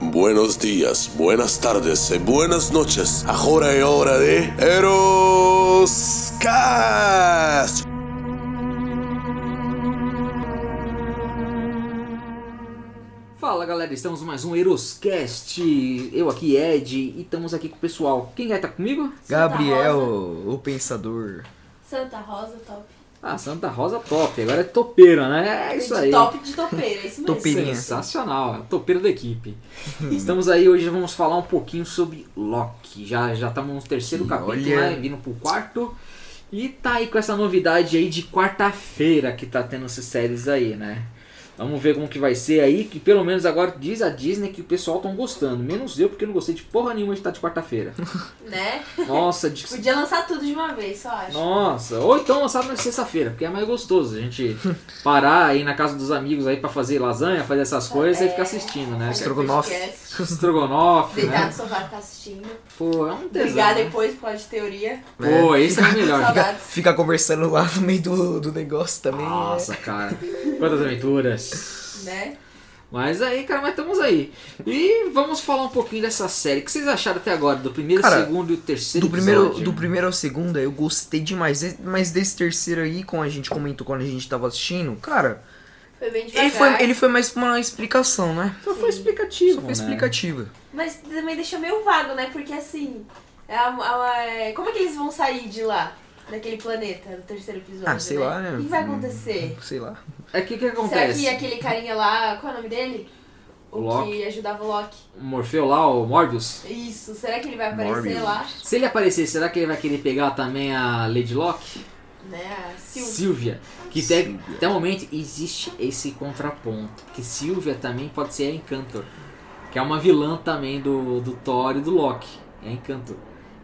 buenos días, buenas tardes y buenas noches. Ahora é hora de Eroscast! Fala galera, estamos em mais um Eroscast. Eu aqui, Ed, e estamos aqui com o pessoal. Quem vai estar comigo? Santa Gabriel, Rosa. o pensador. Santa Rosa, top. Ah, Santa Rosa top, agora é topeira, né? É isso de aí. Top de topeira, é isso mesmo. Topeirinha. Sensacional, é o topeiro da equipe. Estamos aí hoje, vamos falar um pouquinho sobre Loki. Já já estamos no terceiro E capítulo, olha- né? Vindo pro quarto. E tá aí com essa novidade aí de quarta-feira que tá tendo essas séries aí, né? Vamos ver como que vai ser aí, que pelo menos agora diz a Disney que o pessoal estão gostando. Menos eu, porque eu não gostei de porra nenhuma de estar de quarta-feira. Né? Nossa, de... Podia lançar tudo de uma vez, só acho. Nossa, ou então lançar na sexta-feira, porque é mais gostoso a gente parar aí na casa dos amigos aí pra fazer lasanha, fazer essas coisas e É. ficar assistindo, né? Fazer Estrogonofe. podcast, Estrogonofe, Deitar no né? sofá e ficar assistindo. Pô, é um Brigar tesão. né? depois por causa de teoria. Pô, esse é o melhor. Saudade. Fica, fica conversando lá no meio do, do negócio também. Nossa, cara. Quantas aventuras. Né? Mas aí, cara, mas estamos aí. E vamos falar um pouquinho dessa série. O que vocês acharam até agora? Do primeiro, Cara, segundo e o terceiro Do primeiro, episódio? do primeiro ao segundo, eu gostei demais. E- Mas desse terceiro aí, como a gente comentou quando a gente tava assistindo, cara, Foi bem devagar. ele foi, ele foi mais pra uma explicação, né? Só foi explicativo, Só foi né? explicativa. Mas também deixou meio vago, né? Porque assim. é a- a- é- Como é que eles vão sair de lá? Daquele planeta, do terceiro episódio. Ah, sei né? lá, né? O que vai acontecer? Sei lá. É que o que Será acontece? que aquele carinha lá. Qual é o nome dele? O, O Loki. que ajudava o Loki. O Morfeu lá, o Morbius, Isso, será que ele vai aparecer Morbius. lá? Se ele aparecer, será que ele vai querer pegar também a Lady Locke? Né? A Sil- Sylvia. Que até, Sylvia. até o momento existe esse contraponto. Que Sylvia também pode ser a Encantor. Que é uma vilã também do, do Thor e do Loki. É a Encantor.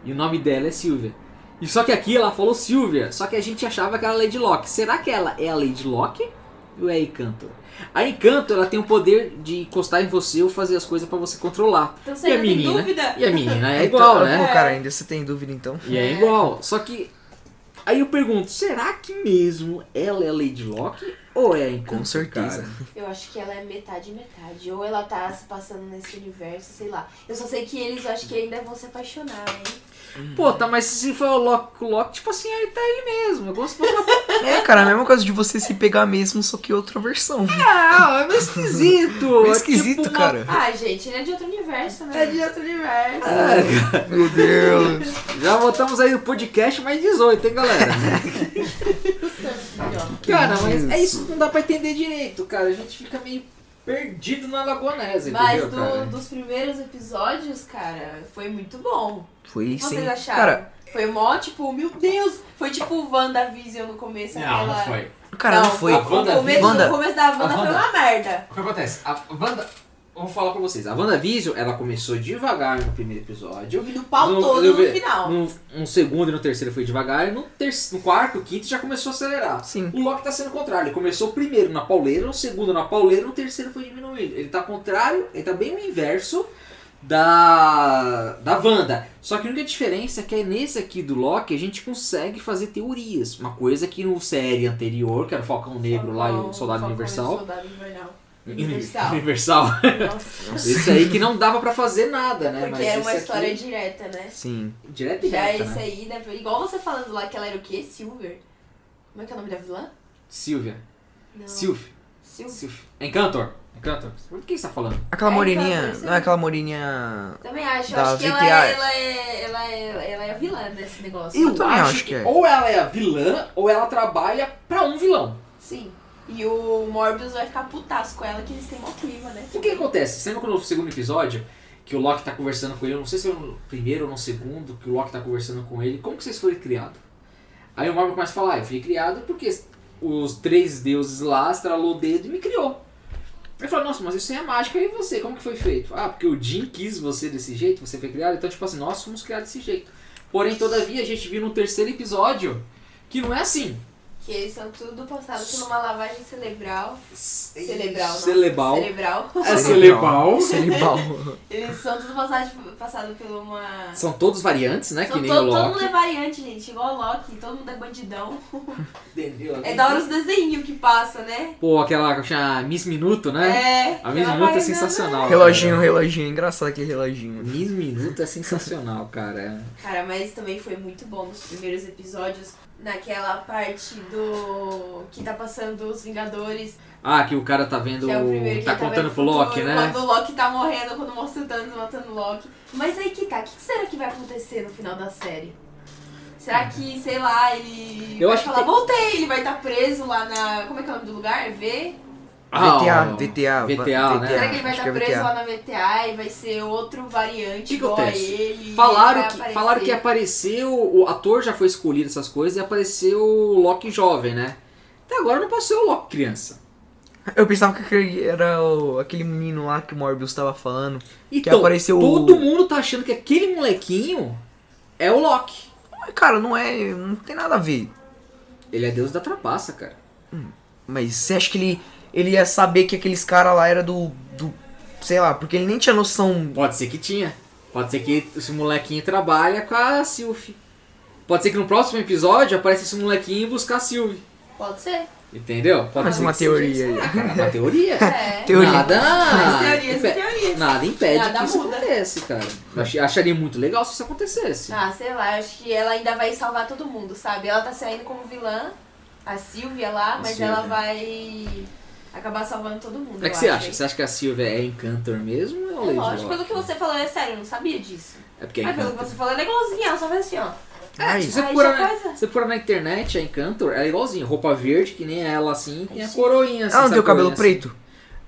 E o nome dela é Sylvia. E só que aqui ela falou Sylvia. Só que a gente achava que era a Lady Locke. Será que ela é a Lady Locke? Ou é a Encantor? A Encantor ela tem o poder de encostar em você ou fazer as coisas pra você controlar. Então você E a ainda tem menina? dúvida? E a menina é igual, Então, né? Pô, cara, ainda você tem dúvida então? E é igual. Só que. Aí eu pergunto, será que mesmo ela é a Lady Locke ou é a Encanto? Com certeza. cara? Eu acho que ela é metade e metade. Ou ela tá se passando nesse universo, sei lá. Eu só sei que eles acho que ainda vão se apaixonar, hein? Pô, tá, mas se for o Locke, o Locke, tipo assim, ele tá ele mesmo. Eu gosto de É, cara, a mesma coisa de você se pegar mesmo, só que outra versão. Ah, é meio esquisito. Meio É esquisito, tipo uma- cara. Ah, gente, ele é de outro universo, né? Ah. É de outro universo. Meu Deus. Já voltamos aí no podcast mais 18, hein, galera? cara, mas é isso que não dá pra entender direito, cara. A gente fica meio perdido na Lagonesa, Mas entendeu, do- cara? dos primeiros episódios, cara, foi muito bom. Foi O que sim. vocês acharam? Cara, Foi mó, tipo, meu Deus! Foi tipo o WandaVision no começo. Não, não aquela- foi. Cara, não, foi. a O começo, WandaVision- o Wanda- começo da Wanda, a foi Wanda- uma merda. O que acontece? A Wanda. Vou falar pra vocês. A WandaVision, ela começou devagar no primeiro episódio. E no pau No- todo eu no vi- final. No, no segundo e no terceiro foi devagar. E no, terce- no quarto, quinto já começou a acelerar. Sim. O Loki tá sendo o contrário. Ele começou primeiro na pauleira, no segundo na pauleira, no terceiro foi diminuindo. Ele tá contrário, ele tá bem o inverso da da Wanda. Só que a única diferença é que nesse aqui do Loki a gente consegue fazer teorias. Uma coisa que no série anterior, que era o Falcão Negro lá e o Soldado Falcão e o Universal. Uhum. Soldado Invernal. Universal. Universal. Nossa. Esse aí que não dava pra fazer nada, né? Porque era esse uma aqui- história direta, né? Sim. direto e Já reto, esse né? aí, né? igual você falando lá que ela era o quê? Silver? Como é que é o nome da vilã? Silvia. Não. Sylvie. Silver. Sylvie. Encantor. Encantor. Por que você tá falando? Aquela É, moreninha. então, isso Não é aí. aquela moreninha. Também acho, eu Da acho que ela VTA. é, ela, é, ela, é, ela é a vilã desse negócio. Eu também acho que é. Ou ela é a vilã, ou ela trabalha pra um vilão. Sim. E o Morbius vai ficar putaço com ela, que eles têm mó clima, né? O que acontece? Você lembra quando no segundo episódio, que o Loki tá conversando com ele, eu não sei se é no primeiro ou no segundo, que o Loki tá conversando com ele, como que vocês foram criados? Aí o Marvel começa a falar, ah, eu fui criado porque os três deuses lá estralou o dedo e me criou. Ele fala, nossa, mas isso é mágica, e você? Como que foi feito? Ah, porque o Jim quis você desse jeito, você foi criado, então tipo assim, nós fomos criados desse jeito. Porém, todavia, a gente viu no terceiro episódio que não é assim. Que eles são tudo passados por uma lavagem cerebral. Cerebral, não. Celebal. Cerebral. É Celebal. celebal. Celebal. Eles são tudo passados passado por uma. São todos variantes, né? São que nem todo, o todo mundo Loki. é variante, gente. Igual o Loki, todo mundo é bandidão. Entendeu? É da hora os desenhos que passa, né? Pô, aquela que chama Miss Minuto, né? É. A Miss ela Minuto vai é andando. sensacional. reloginho, reloginho. Engraçado aquele reloginho. cara. Miss Minuto é sensacional, cara. Cara, mas também foi muito bom nos primeiros episódios. Naquela parte do. que tá passando os Vingadores. Ah, que o cara tá vendo. Que é o primeiro que tá contando vendo pro Loki, futuro, né? Quando o Loki tá morrendo, quando mostra o Thanos matando o Loki. Mas aí que tá, o que que será que vai acontecer no final da série? Será que, sei lá, ele É. Eu vai acho que falar, tem- voltei, ele vai estar preso lá na... Como é que é o nome do lugar? V? Ah, VTA, ó. VTA, VTA, VTA, né? será que ele vai acho estar que é preso VTA. lá na VTA e vai ser outro variante Que que igual a acontece? ele? Falaram vai que, falaram que aparecer? apareceu, o ator já foi escolhido essas coisas e apareceu o Loki jovem, né? Até agora não apareceu o Loki criança. Eu pensava que aquele era o- aquele menino lá que o Morbius tava falando. Então, apareceu o- todo mundo tá achando que aquele molequinho é o Loki. Mas, Cara, não é. Não tem nada a ver. Ele é deus da trapaça, cara. Mas você acha que ele, ele ia saber que aqueles caras lá era do, do. Sei lá, porque ele nem tinha noção. Pode ser que tinha. Pode ser que esse molequinho trabalha com a Sylvie. Pode ser que no próximo episódio apareça esse molequinho buscar a Sylvie. Pode ser. Entendeu? Pode Mais ser uma que seja teoria aí. isso. Ah, cara, uma teoria. É. Teoria. Nada. Mas teorias, impe- teorias. Nada impede Nada que isso muda. aconteça, cara. Eu ach- acharia muito legal se isso acontecesse. Ah, sei lá, acho que ela ainda vai salvar todo mundo, sabe? Ela tá saindo como vilã, a Silvia lá, A mas Sylvia. ela vai acabar salvando todo mundo. Como é eu que você acho, acha? hein? Você acha que a Sylvia é Encantor mesmo ou é o É Lady lógico, Locke? pelo que você falou, é sério, eu não sabia disso. É porque é mas pelo que Encantor. você falou, ela é igualzinha, ela só faz assim, ó. Ai, Se você, Ai, procurar já na, coisa. se você procurar na internet, a Encantor, ela é igualzinha. Roupa verde, que nem ela assim, tem a coroinha assim. ela sabe não tem o a cabelo coroinha, assim? preto?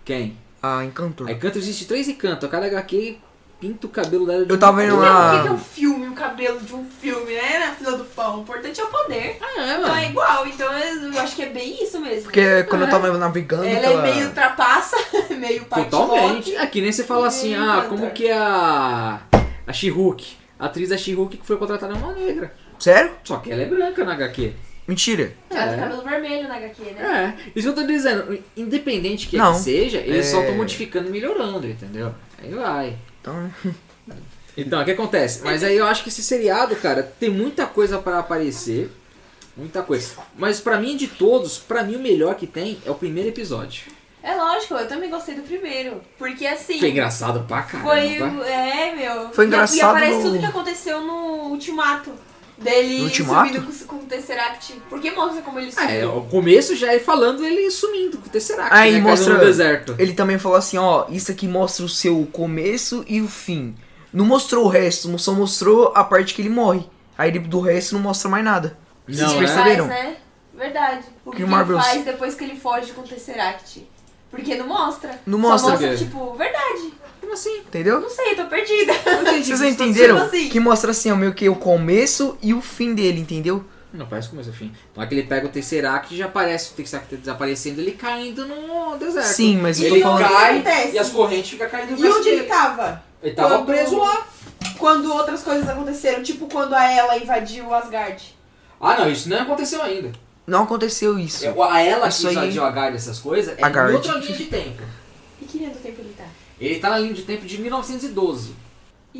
Quem? Ah, encantor. A Encantor existe três Encantor. Cada HQ pinta o cabelo dela de Eu um cor. tava vendo O que é- lá- O que é um filme, o cabelo de um filme, né? Na fila do pão. O importante é o poder. Ah, é, Então mano. é igual, então eu acho que é bem isso mesmo. Porque quando eu tava navegando Ela pela- é meio trapaça, meio Totalmente. patilote. É que nem você fala assim, Meio ah, Encantor. como que a. A She-Hulk. A atriz da She-Hulk que foi contratada é uma negra. Sério? Só que ela é branca na HQ. Mentira. Ela tem cabelo vermelho na HQ, né? É, isso que eu tô dizendo, independente que, Não. que seja, eles É. só estão modificando e melhorando, entendeu? Aí vai. Então, né? Então, o que acontece? Mas aí eu acho que esse seriado, cara, tem muita coisa pra aparecer, muita coisa. Mas pra mim, de todos, pra mim o melhor que tem é o primeiro episódio. É lógico, eu também gostei do primeiro. Porque assim. Foi engraçado pra caramba. Foi. É, meu. né? Foi E- E engraçado aparece no- tudo que aconteceu no Ultimato. Dele No Ultimato? subindo com, com o Tesseract. Porque mostra como ele Ah, é, subiu. o começo já é falando ele sumindo com o Tesseract, né, Aí caindo mostra- no deserto. Ele também falou assim, ó, isso aqui mostra o seu começo e o fim. Não mostrou o resto, só mostrou a parte que ele morre. Aí ele- do resto não mostra mais nada. Vocês Não, né? perceberam? Faz, né? Verdade. O que, Que que ele Marvels. faz depois que ele foge com o Tesseract. Porque não mostra. Não mostra. Só mostra, É. tipo, verdade. Como assim? Eu Entendeu? não sei, tô perdida. Vocês entenderam? Tipo assim. Que mostra assim, ó, meio que o começo e o fim dele, entendeu? Não, parece o começo ao fim. Então é que ele pega o Tesseract e já aparece o Tesseract desaparecendo, ele caindo no deserto. Sim, mas eu ele tô falando. cai Acontece. e as correntes ficam caindo no E braço onde ele tá? dele. tava? Ele tava Quando- preso lá. Quando outras coisas aconteceram, tipo quando a Ela invadiu Asgard. Ah, não, isso não aconteceu ainda. Não aconteceu isso. Eu- A ela que Isso aí- invadiu a Guard essas coisas é A Guard. em outra linha de tempo. E que linha do tempo ele tá? Ele tá na linha de tempo de 1912. E,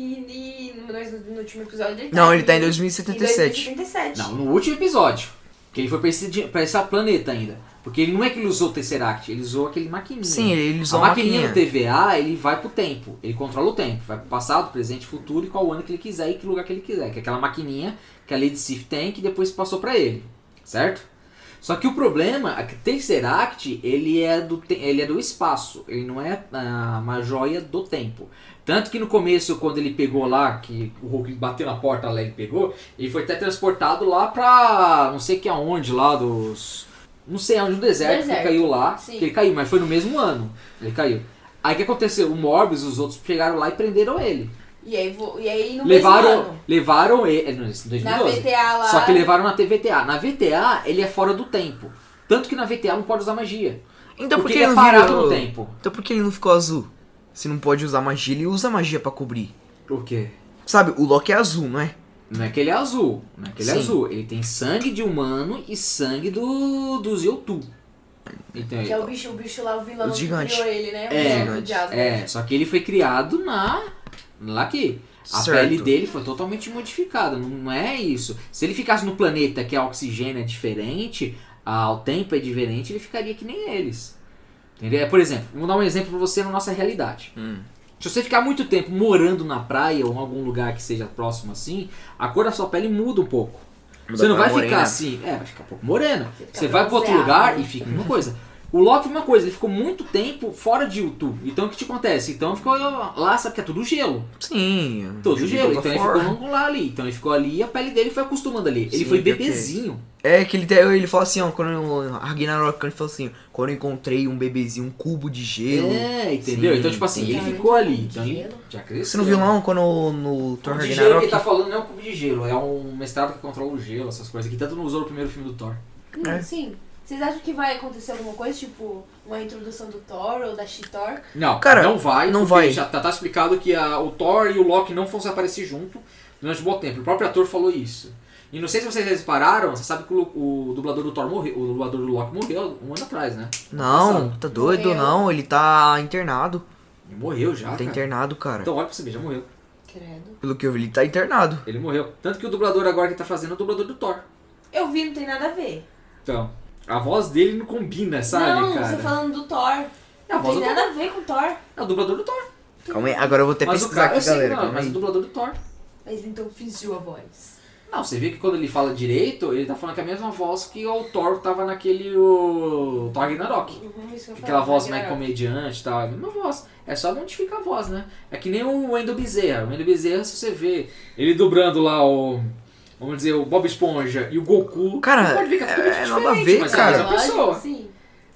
e nós, no último episódio ele Não, ele tá em em 2077. 2077. Não, no último episódio. Que ele foi pra esse, di- pra esse planeta ainda. Porque ele não é que ele usou o Tesseract, ele usou aquele maquininha. Sim, ele usou a a maquininha, maquininha. do TVA, ele vai pro tempo. Ele controla o tempo. Vai pro passado, presente, futuro e qual ano que ele quiser e que lugar que ele quiser. Que é aquela maquininha que a Lady Sif tem que depois passou pra ele. Certo? Só que o problema é que o Tesseract, ele é do, te- ele é do espaço. Ele não é ah, uma joia do tempo. Tanto que no começo, quando ele pegou lá, que o Hulk bateu na porta lá e pegou, ele foi até transportado lá pra não sei que aonde lá dos... Não sei aonde, no deserto, que Deserto. ele caiu lá. Sim. Que ele caiu, mas foi no mesmo ano. Ele caiu. Aí o que aconteceu? O Morbius, os outros chegaram lá e prenderam ele. E aí, vo- e aí no mesmo levaram, ano, levaram ele. é, Não, isso em na 2012. VTA lá. Só que levaram na TVTA. Na VTA, ele é fora do tempo. Tanto que na VTA não pode usar magia. Então por porque que ele ele é não parado virou- no tempo. Então por que ele não ficou azul? Se não pode usar magia, ele usa magia pra cobrir. O quê? Sabe, o Loki é azul, não é? Não é que ele é azul, não é que ele é Sim. azul. Ele tem sangue de humano e sangue do, dos Yotu. Então, Que é o bicho, o bicho lá, o vilão Os que gigantes. criou ele, né? O É, bicho do diabo. é, só que ele foi criado na. lá aqui. A Certo. pele dele foi totalmente modificada, não é isso. Se ele ficasse no planeta que a oxigênio é diferente, a, o tempo é diferente, ele ficaria que nem eles. Entendeu? Por exemplo, vou dar um exemplo pra você na nossa realidade. Hum. Se você ficar muito tempo morando na praia ou em algum lugar que seja próximo assim, a cor da sua pele muda um pouco. Você não vai ficar assim, é, vai ficar um pouco morena. Fica Você vai para outro bronzeado, lugar né? e fica uma coisa. O Loki é uma coisa, ele ficou muito tempo fora de Utu. Então o que te acontece? Então ficou lá, sabe que é tudo gelo. Sim. Todo gelo. Tá Então ele fora. ficou longo lá ali. Então ele ficou ali e a pele dele foi acostumando ali. Ele Sim, foi porque- bebezinho. É que ele, te- ele fala assim, ó, quando eu, Ragnarok ele fala assim, ó, quando eu encontrei um bebezinho, um cubo de gelo. É, entendeu? Sim, então, tipo assim, sim. ele ficou ali. Então ele Gelo. já cresceu. Você não viu lá um quando no Thor O de gelo que ele Ragnarok? tá falando não é um cubo de gelo, é um mestrado que controla o gelo, essas coisas que tanto não usou no primeiro filme do Thor. Hum, É. Sim. Vocês acham que vai acontecer alguma coisa, tipo uma introdução do Thor ou da She-Thor? Não, Cara, não vai. não porque vai. Já tá, tá explicado que a- o Thor e o Loki não vão se aparecer junto durante um bom tempo. O próprio ator falou isso. E não sei se vocês repararam, você sabe que o, o dublador do Thor morreu, o dublador do Loki morreu um ano atrás, né? Não, tá doido, Morreu. não. Ele tá internado. Ele morreu já. Ele tá cara. internado, cara. Então olha pra você ver, já morreu. Credo. Pelo que eu vi, ele tá internado. Ele morreu. Tanto que o dublador agora que tá fazendo é o dublador do Thor. Eu vi, não tem nada a ver. Então, a voz dele não combina, sabe, não, cara? você falando do Thor. É a Não voz tem do Thor. nada a ver com o Thor. É o dublador do Thor. Calma aí, agora eu vou até mas o pesquisar cara, eu aqui, sei, galera. não, calma mas o aí. dublador do Thor. Mas então fingiu a voz. Não, você vê que quando ele fala direito, ele tá falando com a mesma voz que o Thor tava naquele o... Thor Ragnarok. Uhum, isso que eu falei, Aquela voz mais Ragnarok. comediante e tal, é a mesma voz. É só modificar a voz, né? É que nem o Wendel Bezerra. O Wendel Bezerra, se você vê ele dobrando lá o... Vamos dizer, o Bob Esponja e o Goku. Cara, você pode ver que é totalmente é- nada a diferente, ver, mas cara. É a mesma Lógico, pessoa. Sim.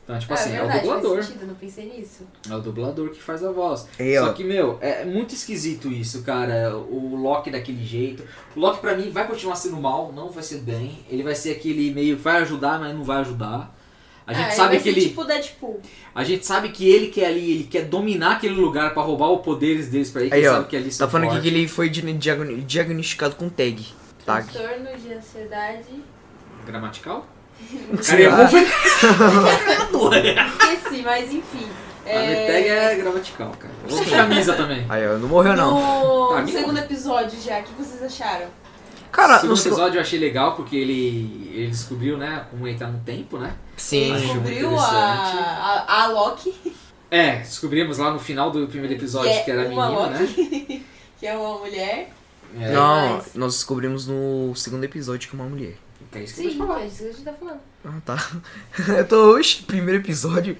Então, tipo Ah, assim, é, o verdade, faz dublador. sentido, não pensei nisso. É o dublador que faz a voz. Aí, Só ó. que, meu, é muito esquisito isso, cara. O Loki daquele jeito. O Loki, pra mim, vai continuar sendo mal, não vai ser bem. Ele vai ser aquele meio que vai ajudar, mas não vai ajudar. A gente Ah, sabe vai que ser ele. Tipo Deadpool. A gente sabe que ele quer ali, ele quer dominar aquele lugar pra roubar os poderes deles pra ele, que Aí, ele ó, sabe que ali Tá são falando aqui que fortes. ele foi di- diagno- diagnosticado com tag. Tag. Transtorno de ansiedade. Gramatical? Cara, Sei é lá. bom pra- Esqueci, mas enfim. é A meteg é gramatical, cara. Eu vou de camisa também. Aí, ó, não morreu não. No Tá, me segundo conta. episódio já, o que vocês acharam? Cara, Segundo não sei. episódio eu achei legal porque ele, ele descobriu, né, como ele tá no tempo, né? Sim. Acho muito Descobriu a, interessante. a, a Loki, É, descobrimos lá no final do primeiro episódio Que é que, era né? a uma menina, Loki. que é uma mulher. né? É, Não, Mas- nós descobrimos no segundo episódio que é uma mulher. que é isso que eu Sim, vou te falar. é isso que a gente tá falando. Ah, tá. Eu tô hoje, primeiro episódio.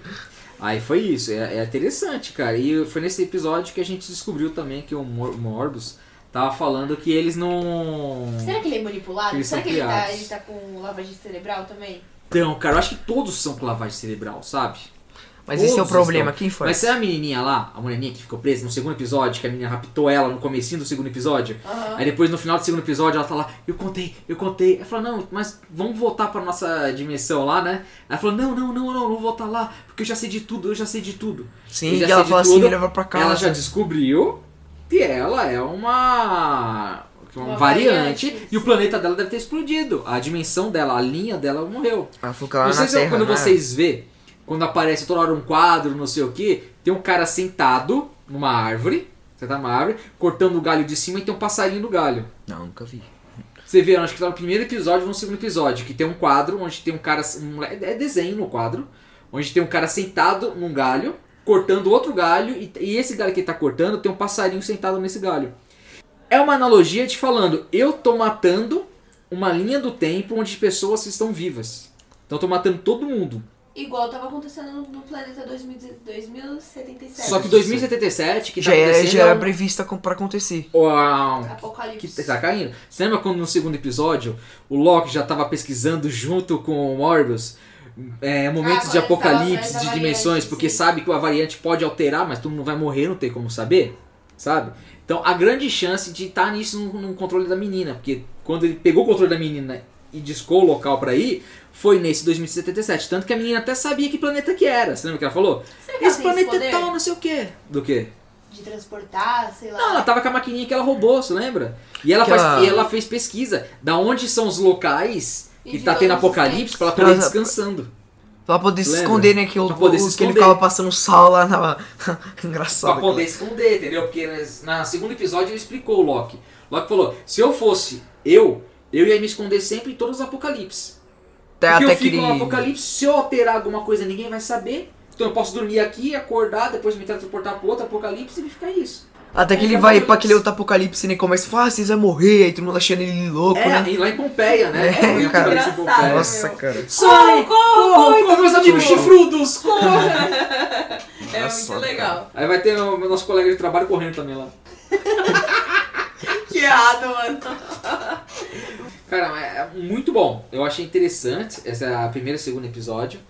Aí foi isso, é, é interessante, cara. E foi nesse episódio que a gente descobriu também que o Mor- Morbus tava falando que eles não. Será que ele é manipulado? Eles Será são que ele tá, criados. ele tá com lavagem cerebral também? Então, cara, eu acho que todos são com lavagem cerebral, sabe? Mas esse é o Todos problema, quem foi? Mas será a menininha lá, a menininha que ficou presa no segundo episódio, que a menina raptou ela no comecinho do segundo episódio? Aham. Aí depois no final do segundo episódio ela tá lá, eu contei, eu contei. Ela falou, não, mas vamos voltar pra nossa dimensão lá, né? Ela falou, não, não, não, não, não voltar lá, porque eu já sei de tudo, eu já sei de tudo. Sim, Ele já e ela sei de fala assim, tudo, me leva pra casa. Ela já descobriu que ela é uma. é Uma, Uma variante, variante, e o sim. planeta dela deve ter explodido. A dimensão dela, a linha dela morreu. Ela falou que ela não era sei na se é terra, quando né? vocês vê, quando aparece toda hora um quadro, não sei o que, tem um cara sentado numa árvore, sentado numa árvore, cortando o galho de cima e tem um passarinho no galho. Não, nunca vi. Você vê, acho que tá no primeiro episódio ou no segundo episódio, que tem um quadro onde tem um cara. Um, é desenho no quadro, onde tem um cara sentado num galho, cortando outro galho, e, e esse galho que ele tá cortando tem um passarinho sentado nesse galho. É uma analogia de falando, eu tô matando uma linha do tempo onde pessoas estão vivas. Então eu tô matando todo mundo. Igual tava acontecendo no, no planeta 2000, 2077. Só que 2077, que tá É, já, era, acontecendo. já era é um- prevista com- pra acontecer. Uau. que Apocalipse. tá caindo. Você lembra quando no segundo episódio o Loki já tava pesquisando junto com o Morbius é, momentos Ah, de quando ele tava apocalipse, atrás de da variante, dimensões, porque sim. sabe que a variante pode alterar, mas todo mundo vai morrer, não tem como saber, sabe? Então a grande chance de estar nisso no, no controle da menina, porque quando ele pegou o controle da menina e discou o local pra ir, foi nesse 2077. Tanto que a menina até sabia que planeta que era. Você lembra que ela falou? Será que ela Esse tem planeta é poder? tal, não sei o quê. Do quê? de transportar, sei lá. Não, Ah, ela tava com a maquininha que ela roubou, você lembra? E ela, Que faz- ela- e ela fez pesquisa da onde são os locais E que de tá tendo onde apocalipse tem. pra ela poder ir Ela- descansando. Pra poder se Lembra? esconder, né? Que, o, Pra poder se que ele esconder. ficava passando sal lá na. Engraçado. né? Pra poder aquilo. esconder, entendeu? Porque na no segundo episódio ele explicou o Loki. O Loki falou: se eu fosse eu, eu ia me esconder sempre em todos os apocalipses. Até, Porque até eu que fico ele. no apocalipse, se eu alterar alguma coisa ninguém vai saber. Então eu posso dormir aqui, acordar, depois me transportar pro outro apocalipse e fica isso. Até que Ele vai ele vai pra apocalipse. aquele outro apocalipse, né? e Começa a falar, ah, vocês vão morrer, aí todo mundo achando ele louco, É, né? e lá em Pompeia, né? É, Tem cara. apocalipse em Engraçado. Pompeia. Nossa, meu. cara. Sai! Corra, Corram, corram, meus amigos mundo. chifrudos, corram! É Nossa, muito legal. Aí vai ter o nosso colega de trabalho correndo também lá. Que errado, mano. Cara, mas é muito bom. Eu achei interessante essa é a primeira e segunda episódio.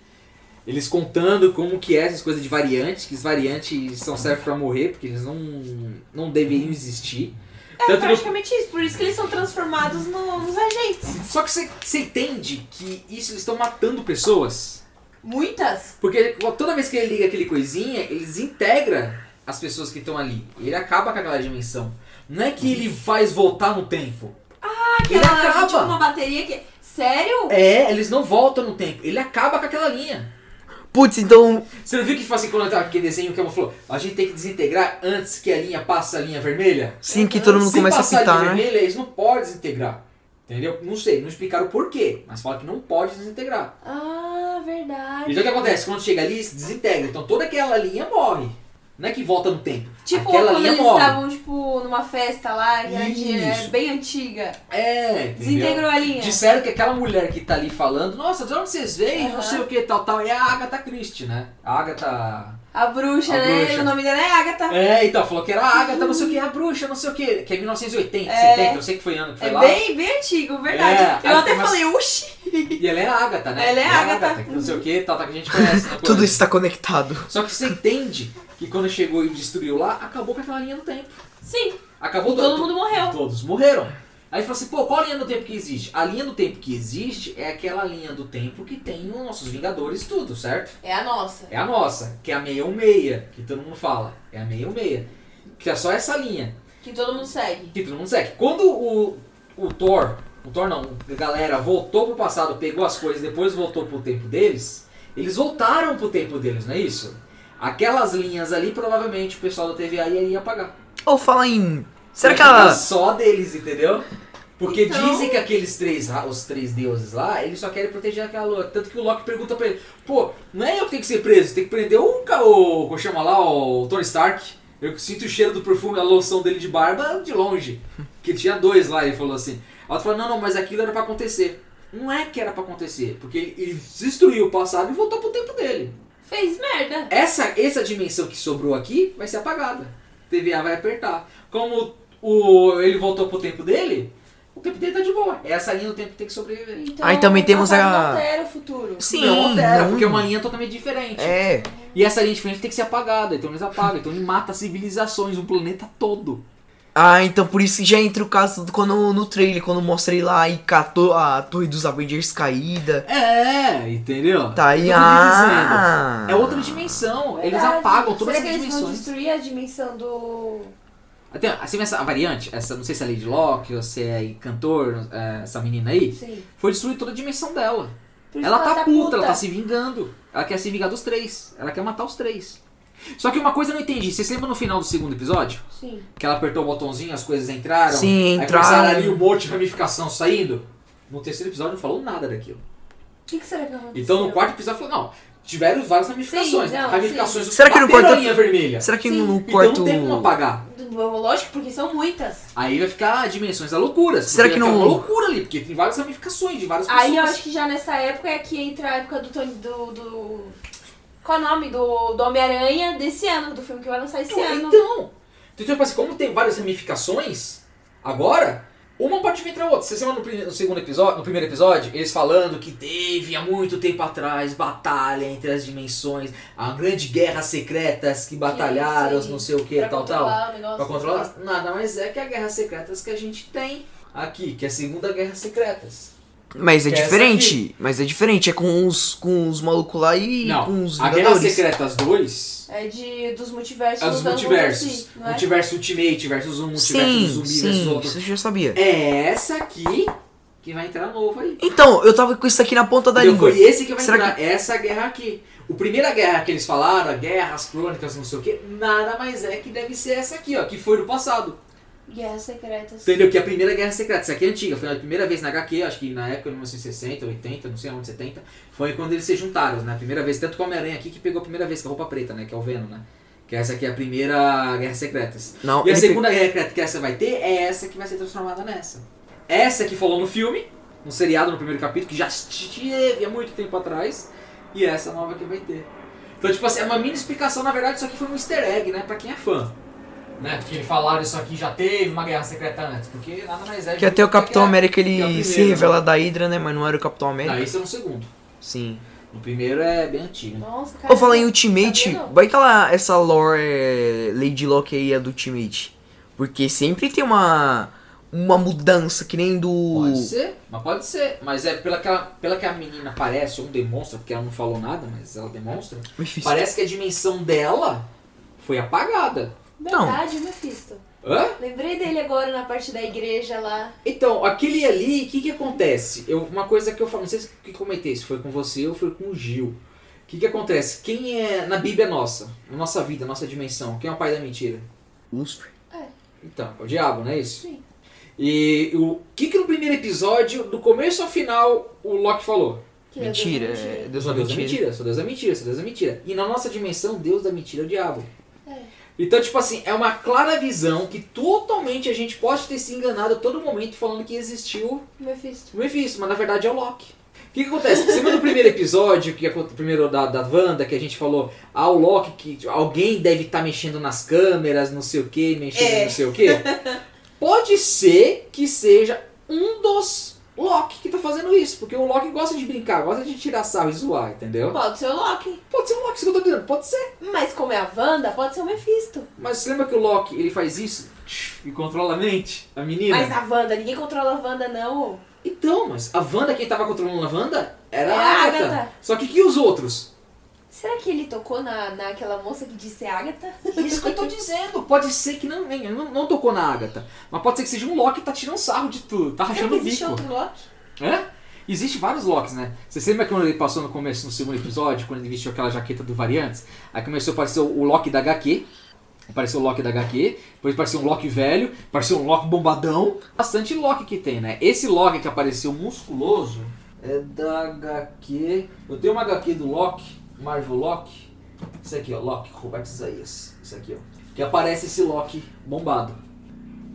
Eles contando como que é essas coisas de variantes, que as variantes são servem pra morrer, porque eles não, não deveriam existir. É Tanto no- praticamente isso, por isso que eles são transformados no- nos agentes. Só que você você entende que isso eles estão matando pessoas. Muitas? Porque toda vez que ele liga aquele coisinha, eles integra as pessoas que estão ali. Ele acaba com aquela dimensão. Não é que ele faz voltar no tempo. Ah, ele Aquela, acaba. tipo, uma bateria que... Sério? É, eles não voltam no tempo. Ele acaba com aquela linha. Putz, então. Você não viu que faz assim quando tá aquele desenho que ela falou? A gente tem que desintegrar antes que a linha passe a linha vermelha? Sim, que todo mundo É, Se começa a passar a pitar, linha né? vermelha, eles não podem desintegrar. Entendeu? Não sei, não explicaram o porquê, mas fala que não pode desintegrar. Ah, verdade. Então o que acontece? Quando chega ali, se desintegra. Então toda aquela linha morre. Não é que volta no tempo. Tipo, aquela quando linha eles morre. estavam, tipo, numa festa lá, que era de- Isso. é, bem antiga. É, entendeu? Desintegrou a linha. Disseram que aquela mulher que tá ali falando, nossa, de onde vocês veem? Não Aham. sei o que, tal, tal. É a Agatha Christie, né? A Agatha. A bruxa, A né? bruxa. O nome dela é Agatha. É, então, falou que era a Agatha, não sei o que, a bruxa, não sei o que, que é 1980, É. 70, eu sei que foi ano que foi É lá. bem, bem antigo, verdade. É, Eu aí até tem umas- falei, uxi. E ela é a Agatha, né? Ela é a a Agatha. que não sei o que, tal, tal, que a gente conhece. né, Tudo coisa. isso tá conectado. Só que você entende que quando chegou e destruiu lá, acabou com aquela linha do tempo. Sim, Acabou todo mundo morreu. Todos morreram. Aí falou assim, pô, qual a linha do tempo que existe? A linha do tempo que existe é aquela linha do tempo que tem os nossos Vingadores tudo, certo? É a nossa. É a nossa, que é a 616, que todo mundo fala. É a 616. Que é só essa linha. Que todo mundo segue. Que todo mundo segue. Quando o, o Thor, o Thor não, a galera voltou pro passado, pegou as coisas, depois voltou pro tempo deles, eles voltaram pro tempo deles, não é isso? Aquelas linhas ali, provavelmente o pessoal da TVA ia, ia apagar. Ou fala em. Será Ia que ela. ficar Só deles, entendeu? Porque Então- dizem que aqueles três, ra- os três deuses lá, eles só querem proteger aquela lua. Tanto que o Loki pergunta pra ele, pô, não é eu que tenho que ser preso, tem que prender o, ca- o como chama lá, o Tony Stark. Eu sinto o cheiro do perfume, a loção dele de barba de longe. Que tinha dois lá, ele falou assim. A outra falou, não, não, mas aquilo era pra acontecer. Não é que era pra acontecer, porque ele, ele destruiu o passado e voltou pro tempo dele. Fez merda. Essa, essa dimensão que sobrou aqui vai ser apagada. TVA vai apertar. Como o, ele voltou pro tempo dele, o tempo dele tá de boa. Essa linha do tempo tem que sobreviver. Então, Aí também temos passado a- não altera o futuro. Sim, não altera, não. porque é uma linha totalmente diferente. É. E essa linha diferente tem que ser apagada. Então eles apagam. Então ele mata civilizações, o planeta todo. Ah, então por isso que já entra o caso do, quando no trailer, quando mostra ele lá e catou a torre dos Avengers caída. É, entendeu? Tá aí. Eu tô Ah, É outra dimensão. Eles Verdade. apagam todas as Será que eles vão dimensões. destruir a dimensão do... Até, assim, essa variante, essa, não sei se é Lady Locke ou se é cantor, é, essa menina aí, Sim. foi destruir toda a dimensão dela. Por isso Ela que tá puta, ela tá se vingando. Ela quer se vingar dos três. Ela quer matar os três. Só que uma coisa eu não entendi. Vocês lembram no final do segundo episódio? Sim. Que ela apertou o botãozinho, as coisas entraram. Sim, Aí começaram ali um entraram. monte de ramificação saindo. No terceiro episódio não falou nada daquilo. O que, que será que aconteceu? Então no quarto episódio falou, não, tiveram várias ramificações. né? Sim, não, ramificações Será que no bateram quarto- a linha vermelha. Será que Sim. no Então quarto. não tem como apagar. Lógico, porque são muitas. Aí vai ficar dimensões da loucura. Será porque que vai não- ficar uma loucura ali, porque tem várias ramificações de várias pessoas. Aí eu acho que já nessa época é que entra a época do Tony. do. do- Qual é o nome? Do, do Homem-Aranha desse ano, do filme que vai lançar esse ano. Então, então, tipo assim, como tem várias ramificações, agora, uma pode vir pra outra. Você lembra no, prime- no segundo episódio, no primeiro episódio, eles falando que teve há muito tempo atrás batalha entre as dimensões, a grande guerra secretas que batalharam, sim. não sei o que, pra tal, tal. controlar o negócio. Pra controlar? Nada mais é que a guerra secretas que a gente tem aqui, que é a segunda guerra secretas. Mas é Que é essa diferente. Mas é diferente. É com os, com os malucos lá e com Não, os a Guerra Vingadores. Secretas 2 É de, dos multiversos. é dos lutando contra multiversos. si, não é? Multiverso Ultimate versus um, multiverso Sim, zumbi versus sim. outro. Isso eu já sabia. É essa aqui que vai entrar novo aí. Então, eu tava com isso aqui na ponta da Entendeu? língua. Foi esse que vai Será entrar, essa guerra aqui. O primeira guerra que eles falaram, a guerra, as crônicas, não sei o que, nada mais é que deve ser essa aqui, ó, que foi no passado. Guerras secretas. Entendeu? Que é a primeira guerra secreta, essa aqui é antiga, foi a primeira vez na HQ, acho que na época de 1960, 80, não sei onde, 70, foi quando eles se juntaram, né? A primeira vez, tanto com o Homem-Aranha aqui que pegou a primeira vez, com a roupa preta, né? Que é o Venom, né? Que essa aqui é a primeira guerra secreta. assim. Não, é E a ele pe- segunda guerra secreta que essa vai ter é essa que vai ser transformada nessa. Essa que falou no filme, no seriado, no primeiro capítulo, que já teve há muito tempo atrás, e essa nova que vai ter. Então, tipo assim, é uma mini explicação, na verdade, isso aqui foi um easter egg, né, pra quem é fã. Né, porque falaram isso aqui já teve uma guerra secreta antes, porque nada mais é Que até o Capitão guerra. América ele que é o primeiro, se revela da Hydra, né? Mas não era o Capitão América. Não, isso é no segundo. Sim. No primeiro é bem antigo. né? Nossa, cara. Eu falar em Ultimate, Sabia não. vai que ela, essa lore é, Lady Locke aí é do Ultimate. Porque sempre tem uma uma mudança, que nem do. Pode ser, mas pode ser. Mas é pela que, ela- pela que a menina parece, ou demonstra, porque ela não falou nada, mas ela demonstra. Mephisto. Parece que a dimensão dela foi apagada. Então. Não. Verdade, Mephisto. Hã? Lembrei dele agora na parte da igreja lá. Então, aquele ali, o que que acontece? Eu, uma coisa que eu falo, não sei se que comentei, se foi com você ou foi com o Gil. O que que acontece? Quem é na Bíblia nossa, na nossa vida, na nossa dimensão, quem é o pai da mentira? Lúcifer. Então, é o diabo, não é isso? Sim. E o que que no primeiro episódio, do começo ao final, o Loki falou? Que é Mentira. Deus é, mentira. Deus só é Deus da mentira. mentira, só Deus da mentira, só Deus da mentira. E na nossa dimensão, Deus da mentira é o diabo. É. Então, tipo assim, é uma clara visão que totalmente a gente pode ter se enganado a todo momento falando que existiu Mephisto. o Mephisto, mas na verdade é o Loki. O que, que acontece? Você lembra do primeiro episódio, que aconte- primeiro da, da Wanda, que a gente falou, ah, o Loki, que tipo, alguém deve estar mexendo nas câmeras, não sei o que, mexendo É. não sei o que? Pode ser que seja um dos Loki que tá fazendo isso, porque o Loki gosta de brincar, gosta de tirar sarro e zoar, entendeu? Pode ser o Loki. Pode ser um Loki, isso que eu tô dizendo, pode ser. Mas como é a Wanda, pode ser o Mephisto. Mas você lembra que o Loki, ele faz isso e controla a mente, a menina? Mas a Wanda, ninguém controla a Wanda, não. Então, mas a Wanda, quem tava controlando a Wanda era É a a Agatha. Agatha. Só que que os outros? Será que ele tocou na, naquela moça que disse Agatha? É Isso que eu tô dizendo. Pode ser que não, nem- não, não tocou na Agatha. Mas pode ser que seja um Loki que tá tirando sarro de tudo, tá Será rachando que o existe bico. outro Loki? Hã? Existe vários Locks, né? Você lembra quando ele passou no começo, no segundo episódio, quando ele vestiu aquela jaqueta do Variantes? Aí começou a aparecer o Loki da HQ. Apareceu o Loki da HQ, depois apareceu um Loki velho, apareceu um Loki bombadão. Bastante Loki que tem, né? Esse Loki que apareceu musculoso é da HQ. Eu tenho uma HQ do Loki, Marvel Loki. Isso aqui, ó, Loki, Roberto Isaías. Isso aqui, ó. Que aparece esse Loki bombado.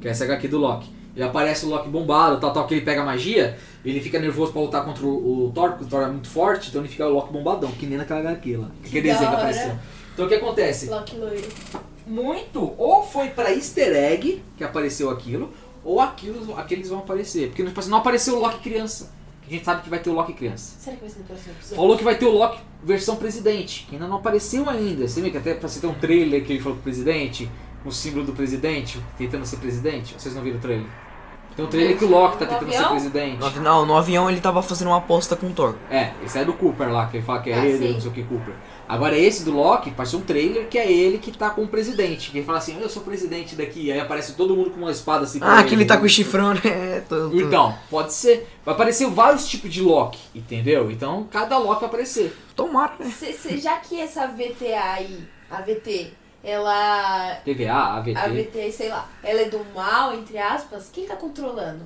Que é essa HQ do Loki. Ele aparece o Loki bombado, tal, tal, que ele pega magia, ele fica nervoso pra lutar contra o, o Thor, porque o Thor é muito forte, então ele fica o Loki bombadão, que nem naquela HQ lá. Que Que desenho que da hora. apareceu. Então o que acontece? Loki loiro. muito, ou foi pra easter egg que apareceu aquilo, ou aquilo, aqueles vão aparecer. Porque tipo assim, não apareceu o Loki criança. que A gente sabe que vai ter o Loki criança. Será que vai ser no próximo episódio? Falou que vai ter o Loki versão presidente, que ainda não apareceu ainda. Você vê que até pra você ter um trailer que ele falou pro presidente, com o símbolo do presidente, tentando ser presidente. Vocês não viram o trailer? Tem um trailer que o Loki tá No tentando ser avião? presidente. No avi- Não, no avião ele tava fazendo uma aposta com o Thor. É, esse é do Cooper lá, que ele fala que é Ah, ele, sim. não sei o que Cooper. Agora esse do Loki, parece um trailer que é ele que tá com o presidente. Que ele fala assim, eu sou o presidente daqui. Aí aparece todo mundo com uma espada assim. pra Ah, que ele tá com o chifrão, né? É, tô- tô- Então, pode ser. Vai aparecer vários tipos de Loki, entendeu? Então, cada Loki vai aparecer. Tomara, né? Se- se- já que essa VTA aí, a VT, ela. TVA, AVT. A VT, sei lá, ela é do mal, entre aspas, quem tá controlando?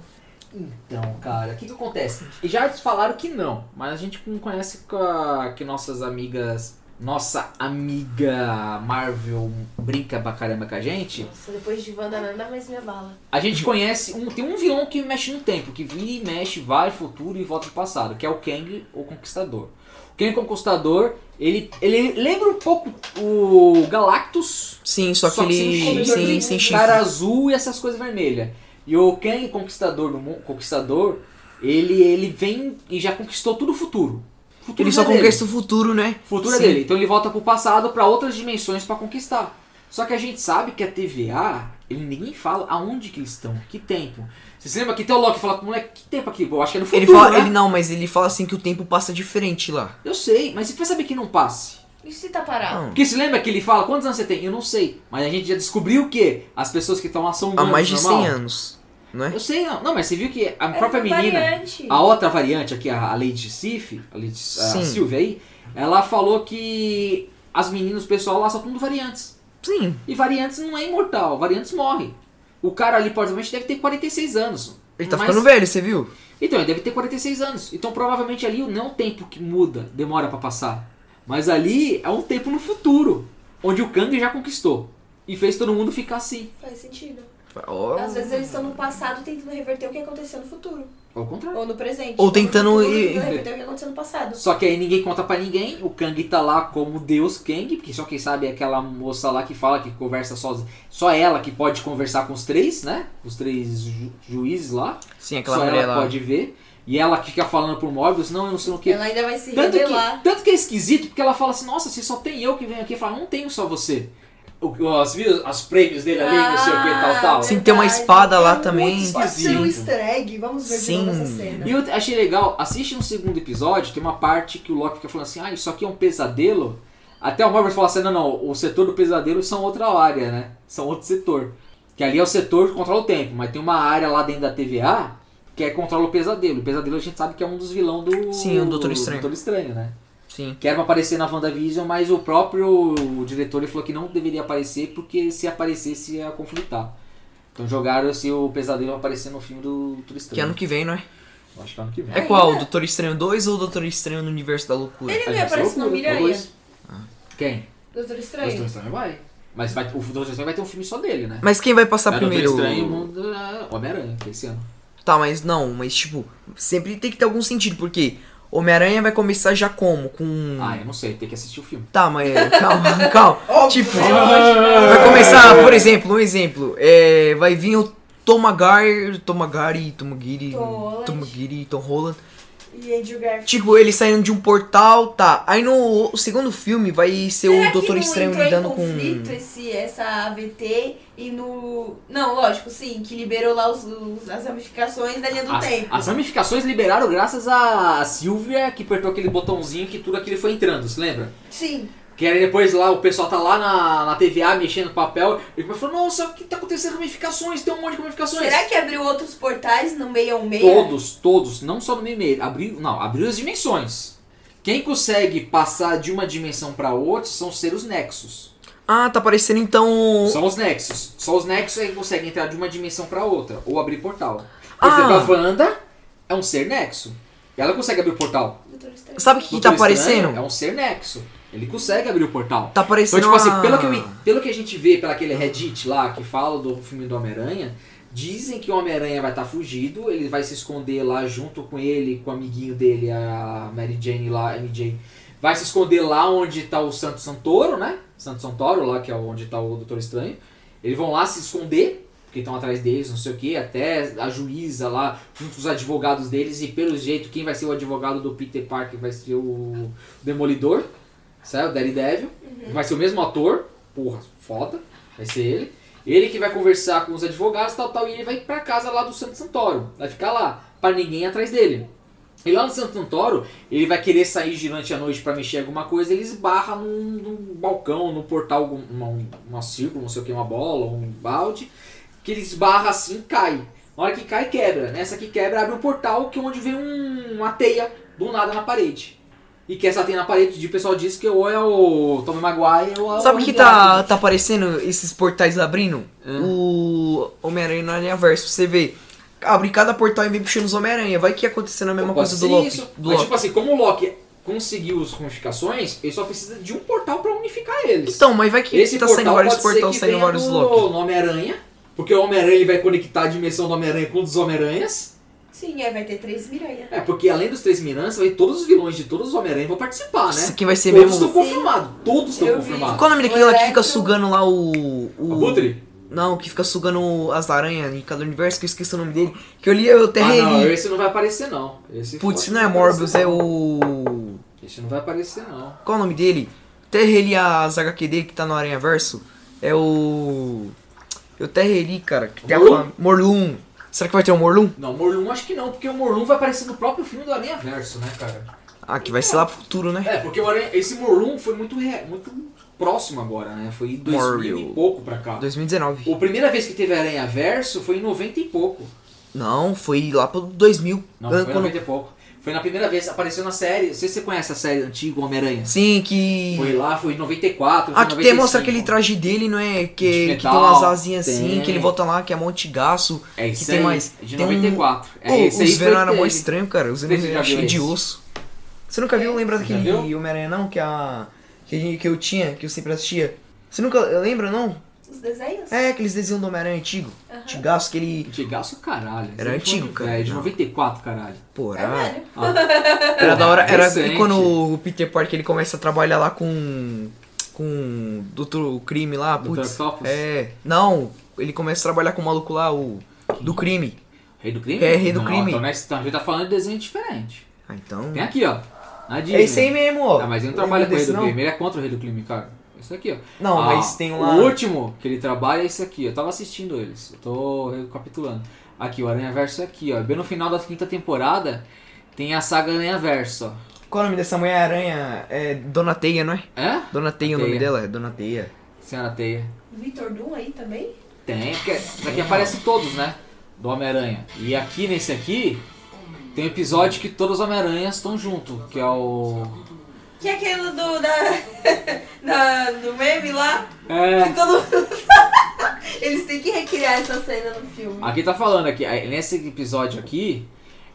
Então, cara, o que que acontece? E já eles falaram que não, mas a gente não conhece com a- que nossas amigas... Nossa amiga Marvel brinca pra caramba com a gente. Nossa, depois de Wanda nada mais me abala. A gente conhece, um, tem um vilão que mexe no tempo, que vira e mexe, vai futuro e volta pro passado, que é o Kang, o Conquistador. O Kang Conquistador, ele, ele lembra um pouco o Galactus, Sim, só, que, ele. sem, Sem, sem, sem chifre. cara azul e essas coisas vermelhas. E o Kang Conquistador, no mu- Conquistador, ele, ele vem e já conquistou tudo o futuro. O futuro Ele já só é dele. conquista o futuro, né? O futuro é Sim. dele. Então ele volta pro passado, pra outras dimensões pra conquistar. Só que a gente sabe que a TVA Ele ninguém fala aonde que eles estão, que tempo. Você se lembra que até o Loki fala pro moleque, que tempo aqui? Pô, acho que é no futuro, Ele fala, né? ele não, mas ele fala assim que o tempo passa diferente lá. Eu sei, mas e pra saber que não passe? E se tá parado? Não. Porque se lembra Ah, que ele fala, quantos anos você tem? Eu não sei. Mas a gente já descobriu que as pessoas que estão lá são Há humanas, mais de normal. 100 anos, não é? Eu sei, não. Não, mas você viu que a É própria uma menina, variante. a outra variante aqui, a a Lady Sif, a, Lady, a Sim. Sylvia aí, ela falou que as meninas, o pessoal lá só tudo variantes. Sim, E variantes não é imortal, variantes morrem. O cara ali, provavelmente, deve ter 46 anos. ele tá Mas- ficando velho, você viu? Então, ele deve ter 46 anos. Então, provavelmente ali não é um tempo que muda, demora pra passar. Mas ali é um tempo no futuro, onde o Kang já conquistou. E fez todo mundo ficar assim. Faz sentido. Ó. Às vezes eles estão no passado tentando reverter o que aconteceu no futuro. Ao contrário. Ou no presente. Ou no tentando futuro, ir- tentando reverter o que aconteceu no passado. Só que aí ninguém conta pra ninguém. O Kang tá lá como Deus Kang, porque só quem sabe é aquela moça lá que fala que conversa sozinha. Só ela que pode conversar com os três, né? Os três ju- juízes lá. Sim, aquela só mulher ela lá. pode ver. E ela que fica falando pro Morbius, não, eu não sei o que. Ela ainda vai se Tanto revelar. que, tanto que é esquisito, porque ela fala assim, nossa, se só tem eu que venho aqui, fala, não tenho só você. O, as, viu as prêmios dele ali, não sei o que, tal, tal. Sim, tem uma Ah, verdade. espada lá É também. muito Pode ser Esquisito. um easter egg. Vamos ver de novo Sim. essa cena. E eu achei legal, assiste no segundo episódio, tem uma parte que o Loki fica falando assim, ah, isso aqui é um pesadelo. Até o Morbius fala assim, não, não, o setor do pesadelo são outra área, né? São outro setor. Que ali é o setor que controla o tempo, mas tem uma área lá dentro da TVA que é que controla o pesadelo. O pesadelo a gente sabe que é um dos vilões do... Sim, o Doutor Estranho. Doutor Estranho, né? Sim. que era pra aparecer na WandaVision, mas o próprio diretor ele falou que não deveria aparecer, porque se aparecesse ia conflitar. Então jogaram se o pesadelo vai aparecer no filme do Doutor Que Estranho. ano que vem, não é? Eu Acho que ano que vem. É Ainda. qual? Doutor Estranho 2 ou Doutor Estranho no Universo da Loucura? Ele Aí não vai ia ser aparecer no loucura, Miranha. talvez. Quem? Doutor O Doutor Estranho. Estranho vai. Mas vai, o Doutor Estranho vai ter um filme só dele, né? Mas quem vai passar É primeiro? Doutor Estranho e o mundo é Homem-Aranha, que é esse ano. Tá, mas não, mas tipo, sempre tem que ter algum sentido, porque Homem-Aranha vai começar já como? Com. Ah, eu não sei, tem que assistir o filme. Tá, mas calma, calma. tipo, É lógico, né? vai começar, por exemplo, um exemplo. É, vai vir o Tomagar. Tomagari, Tomagiri. Tom Holland. Tomagiri, Tom Holland. E Andrew Garfield. Tipo, ele saindo de um portal, tá. Aí no o segundo filme vai ser Será o Doutor Estranho É entrou lidando em com. conflito esse, essa AVT e no... Não, lógico, sim, que liberou lá os, os- as ramificações da linha do As, tempo. as ramificações liberaram graças a Sylvia, que apertou aquele botãozinho que tudo aquilo foi entrando, se lembra? Sim. Que aí depois lá o pessoal tá lá na, na TVA mexendo no papel e o cara falou, nossa, o que tá acontecendo? Ramificações, tem um monte de ramificações. Será que abriu outros portais no meio ao meio? é? Todos, todos, não só no meio meio, abriu, não, abriu as dimensões. Quem consegue passar de uma dimensão pra outra são ser os nexos. Ah, tá parecendo então. São os nexos. Só os nexos é que conseguem entrar de uma dimensão pra outra ou abrir portal. Por Ah. exemplo, a Wanda é um ser nexo. Ela consegue abrir o portal. Doutor Estranho. Sabe o que, que tá Doutor Estranho parecendo? É um ser nexo. Ele consegue abrir o portal. Tá Então, parecendo. tipo assim, uma- pelo que, eu- pelo que a gente vê, pelo aquele Reddit lá que fala do filme do Homem-Aranha, dizem que o Homem-Aranha vai estar fugido, ele vai se esconder lá junto com ele, com o amiguinho dele, a Mary Jane lá, MJ. Vai se esconder lá onde tá o Santo Santoro, né? Santo Santoro, lá que é onde tá o Doutor Estranho. Eles vão lá se esconder, porque estão atrás deles, não sei o que, até a juíza lá, junto com os advogados deles, e pelo jeito, quem vai ser o advogado do Peter Parker vai ser o Demolidor, certo? O Daredevil. Vai ser o mesmo ator, porra, foda, vai ser ele. Ele que vai conversar com os advogados, tal, tal, e ele vai pra casa lá do Santo Santoro. Vai ficar lá, pra ninguém ir atrás dele. E lá no Santo Santoro, ele vai querer sair durante a noite pra mexer em alguma coisa, ele esbarra num, num balcão, num portal, algum- uma, um- uma círculo, não sei o que, uma bola, um balde, que ele esbarra assim e cai. Na hora que cai, quebra. Nessa que quebra, abre um portal que onde vem um- uma teia do nada na parede. E que essa teia na parede, de- o pessoal diz que ou é o Tommy Maguire ou é o Sabe o que Andrew tá, Garfield. tá aparecendo esses portais abrindo? É. O Homem-Aranha no Aranhaverso. Você vê, abre cada portal e vem puxando os Homem-Aranha. Vai que acontecendo a mesma Pode coisa ser do Loki. isso. Do Mas, Loki. tipo assim, como o Loki conseguiu as ramificações, ele só precisa de um portal pra unificar eles. Então, mas vai que Esse tá portal saindo vários pode ser portais, que saindo venha vários do Loki. do Homem-Aranha, porque o Homem-Aranha ele vai conectar a dimensão do Homem-Aranha com os Homem-Aranhas. Sim, é, vai ter três miranha. É, porque além dos três Miranhas, vai todos os vilões de todos os Homem-Aranha vão participar, Isso né? aqui vai ser Todos mesmo. estão confirmados, todos estão Eu vi. confirmados. Qual é o nome daquele O lá que fica Electro- sugando lá o. o... Abutre? Não, que fica sugando as aranhas em cada universo, que eu esqueci o nome dele. Que eu li, eu até Ah, não, reli. esse não vai aparecer, não. Esse Putz, forte não é vai aparecer, Morbius, é o. Esse não vai aparecer, não. Qual o nome dele? Até ele a HQ dele que tá no Aranha Verso. É o. Eu até reri, cara. Que tem a Morlun? fam... Morlun. Será que vai ter um Morlun? Não, Morlun acho que não, porque o Morlun vai aparecer no próprio filme do Aranha Verso, né, cara? Ah, que vai ser lá pro futuro, né? É, porque o Aranha- esse Morlun foi muito, re- muito próximo agora, né? Foi em 2000 e Morlun. pouco pra cá. 2019. A primeira vez que teve Aranha Verso foi em 90 e pouco. Não, foi lá pro 2000. Não, Ah, foi em quando- 90 e pouco. Foi na primeira vez, apareceu na série. Não sei se você conhece a série antiga Homem-Aranha. Sim, que... Foi lá, foi em 94, foi Ah, em que tem, mostra 95. aquele traje dele, não é? De Que, que tem metal, umas asinhas assim, tem. que ele volta lá, que é um monte de gaço. É que isso tem aí, mais. de Tem um- 94. Pô, É, esse aí os foi Venom que eram mó teve. estranho, cara. Os Você Venom já eram viu cheios de esse? osso. Você nunca viu? Lembra Você já daquele viu? Homem-Aranha, não? Que, a... que, a gente- que eu tinha, que eu sempre assistia. Você nunca eh, lembra, não? Os desenhos? É, aqueles desenhos do Homem-Aranha antigo. Aham. Antigaço, que ele... Antigaço, caralho. Era Você antigo, foi cara. velho, de Não. 94, caralho. Ah. Pô, É era... velho. Era da hora... Era Recente. quando o Peter Parker, ele começa a trabalhar lá com... Com... Doutor Crime lá, Dr. putz. Octopus? É... Não, ele começa a trabalhar com o maluco lá, o... Do crime. Rei do crime? É, Rei do Não, Crime. Então, nós, então a gente tá falando de desenho diferente. Ah, então... Tem aqui, ó. Na Disney. É isso aí mesmo, ó. Ah, mas ele É? não trabalha Lembra com o Rei desse, do não? Crime, ele é contra o Rei do Crime, cara. Isso aqui, ó. Não, Ah, mas tem lá... O último que ele trabalha é esse aqui. Eu tava assistindo eles. Eu tô recapitulando. Aqui, o Aranha Verso é aqui, ó. Bem no final da quinta temporada tem a saga Aranha Verso, ó. Qual é o nome dessa mulher aranha? É Dona Teia, não é? Hã? Dona Teia é o nome Teia. dela? É Dona Teia. Senhora Teia. Vitor Doom aí também? Tem, porque daqui aparece todos, né? Do Homem-Aranha. E aqui nesse aqui tem um episódio que todos os Homem-Aranhas estão junto, que é o. Que é aquele do, da, da- do meme lá? É. Que todo mundo... Eles têm que recriar essa cena no filme. Aqui tá falando aqui, aí nesse episódio aqui,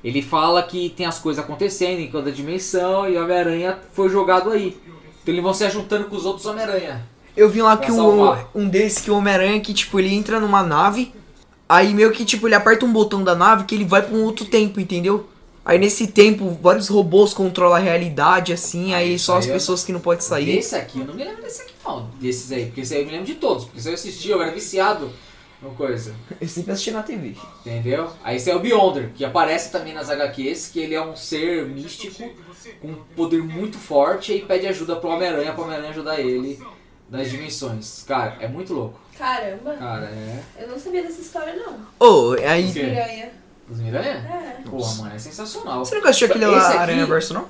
ele fala que tem as coisas acontecendo em cada dimensão e o Homem-Aranha foi jogado aí. Então eles vão se juntando com os outros Homem-Aranha. Eu vi lá Pra que o, salvar. um deles que o Homem-Aranha que, tipo, ele entra numa nave, aí meio que, tipo, ele aperta um botão da nave que ele vai pra um outro tempo, entendeu? Aí nesse tempo, vários robôs controlam a realidade, assim, aí Isso só as aí é- pessoas que não podem sair. Esse aqui, eu não me lembro desse aqui não, desses aí, porque esse aí eu me lembro de todos, porque se eu assistia, eu era viciado no coisa. Eu sempre assisti na TV. Entendeu? Aí esse é o Beyonder, que aparece também nas HQs, que ele é um ser místico com um poder muito forte e pede ajuda pro Homem-Aranha, pro Homem-Aranha ajudar ele das dimensões. Cara, é muito louco. Caramba, Cara, é. assim. eu não sabia dessa história, não. Ô, O aí... quê? Piranha. Os Miranha? É. Porra, mano, é sensacional. Você nunca assistiu aquele Esse aqui- é Aranha Verso, não?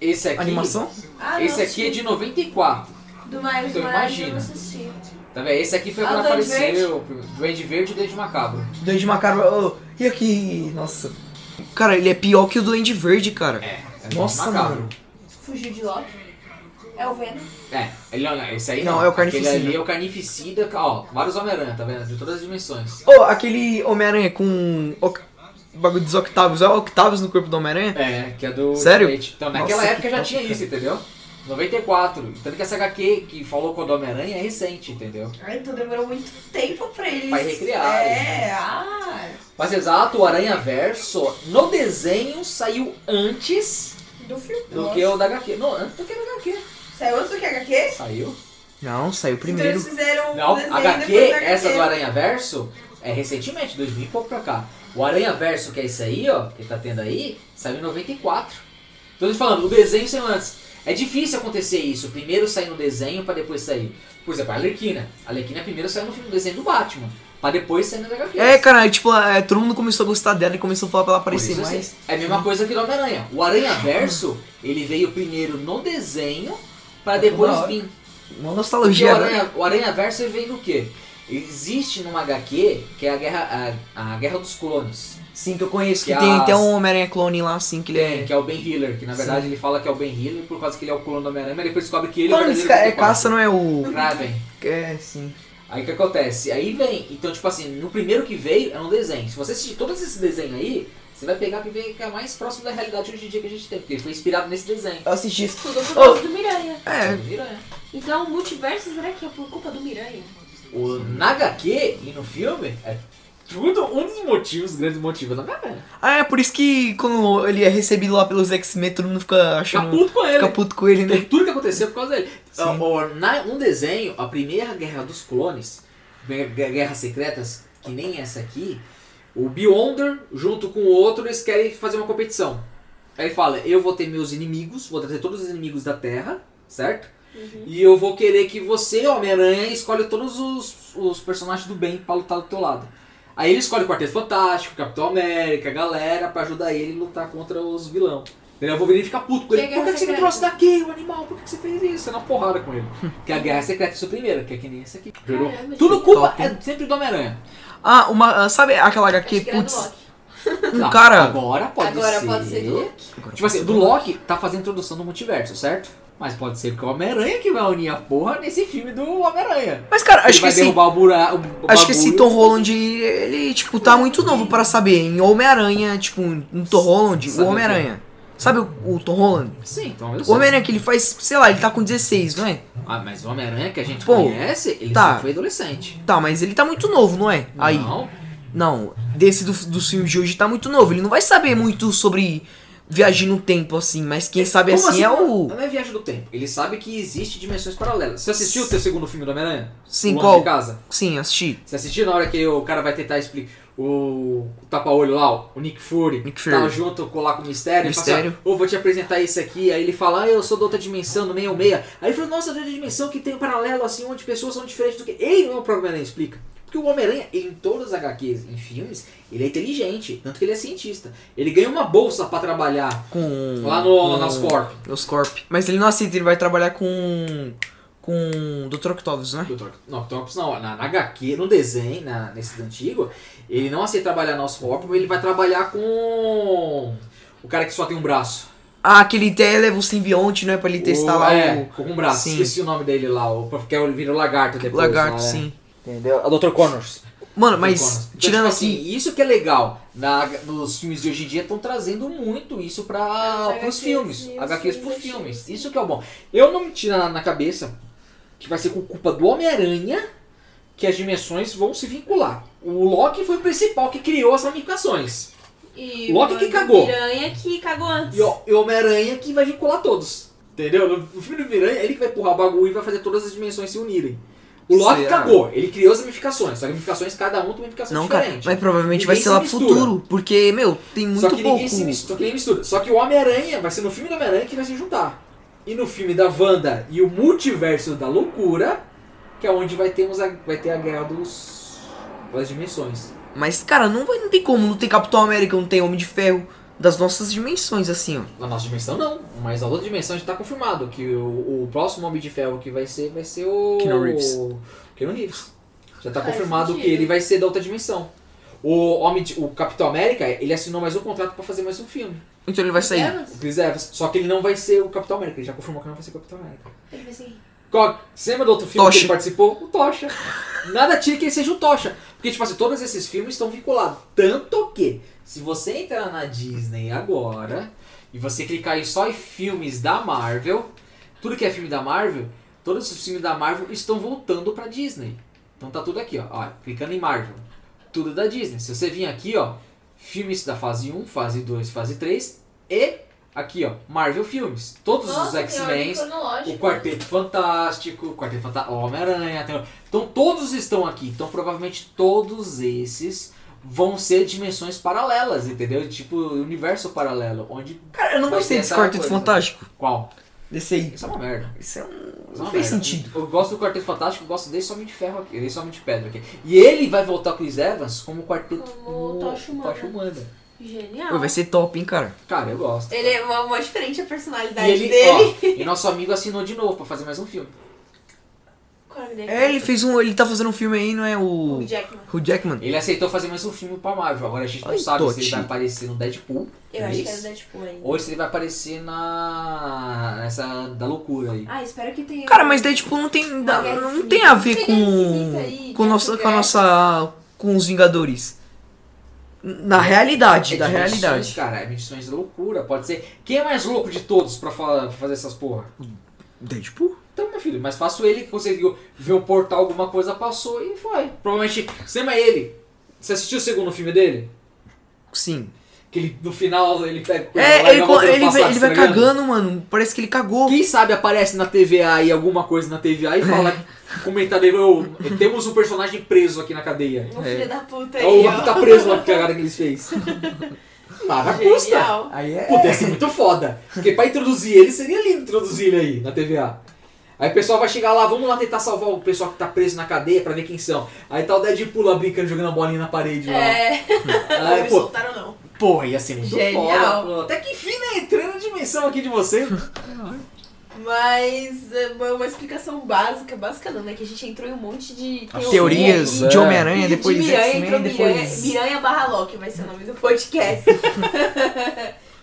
Esse aqui. Animação? Ah, não, Esse aqui é de assisti. 94. Do Miles Então, Morales eu imagina. não assisti. Tá vendo? Esse aqui foi Ah, quando o Duende apareceu. o Duende Verde e o Duende Macabro. Duende Macabro... ô, e aqui... Nossa... Cara, ele é pior que o Duende Verde, cara. É, é o Duende Nossa, Macabro. mano. Fugiu de Loki. É o Venom. É, ele não, não, esse aí Não, não. é o Carnificina. Aquele ali é o Carnificida, ó, vários Homem-Aranha, tá vendo? De todas as dimensões. Ô, aquele Homem-Aranha com oc... bagulho dos octavos, é octavos no corpo do Homem-Aranha? É, que é do. Sério? do Leite. Então, naquela Nossa, época que já top, tinha cara. isso, entendeu? 94. Tanto que essa HQ que falou com o do Homem-Aranha é recente, entendeu? Ah, então demorou muito tempo pra eles. Pra recriar, É, ah. Mas exato, o Aranha Verso no desenho saiu antes Do filme. do Nossa. que o da HQ. Não, antes do que o da HQ. Saiu outro que HQ? Saiu? Não, saiu Então primeiro. eles fizeram um Não, desenho HQ, depois da HQ. essa do Aranha Verso, é recentemente, 2000 e pouco pra cá. O Aranha Verso, que é esse aí, ó, que tá tendo aí, saiu em 94. Tô te falando, o desenho saiu antes. É difícil acontecer isso. Primeiro sair no desenho pra depois sair. Por exemplo, a Arlequina. A Arlequina primeiro saiu no filme do desenho do Batman. Pra depois sair na HQ. É, cara, tipo, é, todo mundo começou a gostar dela e começou a falar pra ela Por aparecer isso, assim, mais. É a mesma coisa que do Homem-Aranha. O Aranha Verso, ele veio primeiro no desenho pra Da depois hora. vir. Uma Porque o nostalgia, né? Aranha, o Aranha Verso ele vem do quê? Existe numa HQ que é a Guerra, a, a Guerra dos Clones. Sim, que eu conheço. Que, Que tem as- até um Homem-Aranha clone lá, assim, que ele é... Que é o Ben Hiller, que na verdade Sim. ele fala que é o Ben Hiller por causa que ele é o clone do Homem-Aranha, mas depois descobre que ele Mano, é o esse verdadeiro cara 44. é caça, não é o... Kraven. É, sim. Aí o que acontece? Aí vem, então tipo assim, no primeiro que veio é um desenho. Se você assistir todos esses desenhos aí, você vai pegar que vem que é mais próximo da realidade hoje em dia que a gente tem, porque ele foi inspirado nesse desenho. Eu assisti isso. Tudo por causa do Miranha. É, Miranha. Então, o multiverso, será que é por culpa do Miranha? O, na HQ e no filme é tudo um dos motivos, grandes motivos da Homem-Aranha. ah, é por isso que quando ele é recebido lá pelos X-Men, todo mundo fica Fica achando... puto com ele. Fica puto com ele, né? Tem tudo que aconteceu por causa dele. Sim. Ah, ó, na- um desenho, a primeira guerra dos clones, gue- guerras secretas, que nem essa aqui, o Beyonder, junto com o outro, eles querem fazer uma competição. Aí ele fala, eu vou ter meus inimigos, vou trazer todos os inimigos da Terra, certo? Uhum. E eu vou querer que você, Homem-Aranha, escolha todos os, os personagens do bem pra lutar do teu lado. Aí ele escolhe o Quarteto Fantástico, Capitão América, a galera, pra ajudar ele a lutar contra os vilão. Daí Eu vou vir e ficar puto com ele. Que é Por que, Guerra que você me Secreta. trouxe daqui, o animal? Por que, que você fez isso? Você dá uma porrada com ele. Porque a Guerra Secreta é sua primeira, que é que nem esse aqui. Jurou? Caramba, Tudo gente. culpa Top. é sempre do Homem-Aranha. Ah, uma. ah, Sabe aquela HQ? Acho que era do Putz, Loki. um Não, cara. Agora pode Agora ser. pode ser do Loki. Tipo assim, o do Loki tá fazendo a introdução do multiverso, certo? Mas pode ser que o Homem-Aranha que vai unir a porra nesse filme do Homem-Aranha. Mas, cara, Ele acho que assim, vai esse. derrubar o é buraco. Acho que esse Tom Holland, ele, tipo, tá muito novo pra saber. Em Homem-Aranha, tipo, no Tom Holland, Sabe é? o Homem-Aranha. Sabe o, o Tom Holland? Sim, então eu O sei. Homem-Aranha que ele faz, sei lá, ele tá com 16, não é? Ah, mas o Homem-Aranha que a gente Pô, conhece, ele tá. sempre foi adolescente. Tá, mas ele tá muito novo, não é? Aí. Não, Não, desse do, do filme de hoje tá muito novo. Ele não vai saber muito sobre viagem no tempo, assim, mas quem sabe Como assim, é não? o. Não é viagem do tempo. Ele sabe que existe dimensões paralelas. Você assistiu o teu segundo filme do Homem-Aranha? Sim, O Longe qual? de casa. Sim, assisti. Você assistiu na hora que o cara vai tentar explicar o, o tapa-olho lá, o Nick Fury. Nick Tava Fury. junto com, lá com o Mistério. ele fala Mistério. assim, ó, Ô, vou te apresentar isso aqui. Aí ele fala, ah, eu sou da outra dimensão, do meio meia. Aí ele fala, nossa, da outra dimensão que tem um paralelo assim, onde pessoas são diferentes do que... Ele não é o que o Homem-Aranha explica. Porque o Homem-Aranha, em todas as HQs, em filmes, ele é inteligente. Tanto que ele é cientista. Ele ganha uma bolsa pra trabalhar Com. lá no, com nas Corp. Os Corp. Mas ele não aceita, ele vai trabalhar com. Com. Dr. Octavius, né? Dr. Não, Dr. Octopus não. Na, na HQ, no desenho, na, nesse antigo, ele não aceita trabalhar nos corpos, ele vai trabalhar com o cara que só tem um braço. Ah, aquele até leva o simbionte, né? Pra ele testar o, lá é, com um braço. sim. Esqueci o nome dele lá, o que é o- vira o lagarto o depois. lagarto, lá, é. sim. Entendeu? O Dr. Connors. Mano, Dr. Connors. mas. Então, Tirando tipo assim. Isso que é legal. Na, nos filmes de hoje em dia estão trazendo muito isso para As os HQs, filmes. sim, HQs sim, pros sim. filmes. Isso que é o bom. Eu não me tiro na, na cabeça que vai ser com culpa do Homem-Aranha que as dimensões vão se vincular. O Loki foi o principal que criou as ramificações. E Loki que o cagou. Piranha que cagou antes. E o e o Homem-Aranha que vai vincular todos. Entendeu? No filme do Miranha, ele que vai empurrar o bagulho e vai fazer todas as dimensões se unirem. O Loki Será? cagou, ele criou as ramificações. Só que ramificações, cada um tem uma ramificação Não, cara, diferente. mas provavelmente vai Ninguém ser lá se pro mistura. futuro. Porque, meu, tem muito Só que pouco. ninguém se mistura, só que ninguém mistura. Só que o Homem-Aranha vai ser no filme do Homem-Aranha que vai se juntar. E no filme da Wanda e o Multiverso da Loucura, que é onde vai, termos a, vai ter a guerra dos, das dimensões. Mas, cara, não, vai, não tem como. Não tem Capitão América, não tem Homem de Ferro. Das nossas dimensões, assim, ó. Na nossa dimensão não, mas na outra dimensão já tá confirmado que o, o próximo Homem de Ferro que vai ser vai ser o. Keanu Reeves. Keanu Reeves. Já tá Faz confirmado sentido. que ele vai ser da outra dimensão. O, homem de- o Capitão América, ele assinou mais um contrato pra fazer mais um filme. Então ele vai sair. Thanos? O Chris Evans. Só que ele não vai ser o Capitão América, ele já confirmou que não vai ser o Capitão América. Ele fez assim, Qual, você lembra do outro filme Tocha. que ele participou? O Tocha. Nada tira que ele seja o Tocha. Porque, tipo assim, todos esses filmes estão vinculados. Tanto que, se você entrar na Disney agora e você clicar em só em filmes da Marvel, tudo que é filme da Marvel, todos os filmes da Marvel estão voltando pra Disney. Então tá tudo aqui, ó. ó clicando em Marvel. Tudo da Disney. Se você vir aqui, ó, filmes da fase 1, fase 2, fase 3 e aqui, ó, Marvel Filmes. Todos os Nossa, X-Men, o O Quarteto Fantástico, o Quarteto Fantástico, Homem-Aranha. tem- Então todos estão aqui. Então provavelmente todos esses vão ser dimensões paralelas, entendeu? Tipo, universo paralelo. Onde. Cara, eu não Vai gostei ter desse essa Quarteto coisa. Fantástico. Qual? Desse aí. Isso é uma merda. Isso é um. Isso é Não uma fez merda. sentido. Eu gosto do Quarteto Fantástico, eu gosto desse homem de ferro aqui, desse homem de pedra aqui. E ele vai voltar com os Evans como quarteto. Como Tocha Humana. Tocha Humana. Genial. Pô, vai ser top, hein, cara. Cara, eu gosto. Ele é uma, uma diferente a personalidade e ele, dele. ó, e nosso amigo assinou de novo pra fazer mais um filme. Qual é o nome dele? É, ele fez um. Ele tá fazendo um filme aí, não é? O O. Jackman. O Jackman. Ele aceitou fazer mais um filme pra Marvel. Agora a gente não Ai, sabe se ele Toti. vai aparecer no Deadpool. É Eu acho que era o três, Deadpool ainda. Ou se ele vai aparecer na. nessa. da loucura aí. Ah, espero que tenha. Cara, mas daí, tipo, não tem, da- Guerra não Infinita. tem a ver é Tem com. Guerra Infinita aí, né? É. com, Guerra nossa, com a Secreta. nossa. com os Vingadores. Na realidade, É da dimensões, realidade. Cara, é dimensões da loucura. Pode ser. Quem é mais louco de todos pra fa- fazer essas porra? Deadpool? Então, meu filho, mas faço ele que conseguiu ver um portal, alguma coisa passou e foi. Provavelmente. Sema ele. Você assistiu o segundo filme dele? Sim. Que ele, no final ele pega. É, larga ele, a mão co- pelo ele, vai, passado, ele vai tá ligado? cagando, mano. Parece que ele cagou. Quem sabe aparece na TVA e alguma coisa na TVA e fala, É. comentar dele, "Ô, temos um personagem preso aqui na cadeia. Um É. filho da puta aí. É o ó. que tá preso lá, que cagada que eles fez. Nada custa. Genial. Aí é. Pô, deve ser muito foda. Porque pra introduzir ele, seria lindo introduzir ele aí na TVA. Aí o pessoal vai chegar lá, vamos lá tentar salvar o pessoal que tá preso na cadeia pra ver quem são. Aí tá o Deadpool lá brincando, jogando a bolinha na parede lá. É, não Aí, me pô, soltaram não. porra, ia ser muito Genial. foda. pô. Até que enfim, né? Entrei na dimensão aqui de vocês. Mas é uma, uma explicação básica, básica não, né? Que a gente entrou em um monte de Teorias é. de Homem-Aranha, de depois Miranha, X-Men, entrou É, Miranha, depois. Miranha barra Loki vai ser o nome do podcast.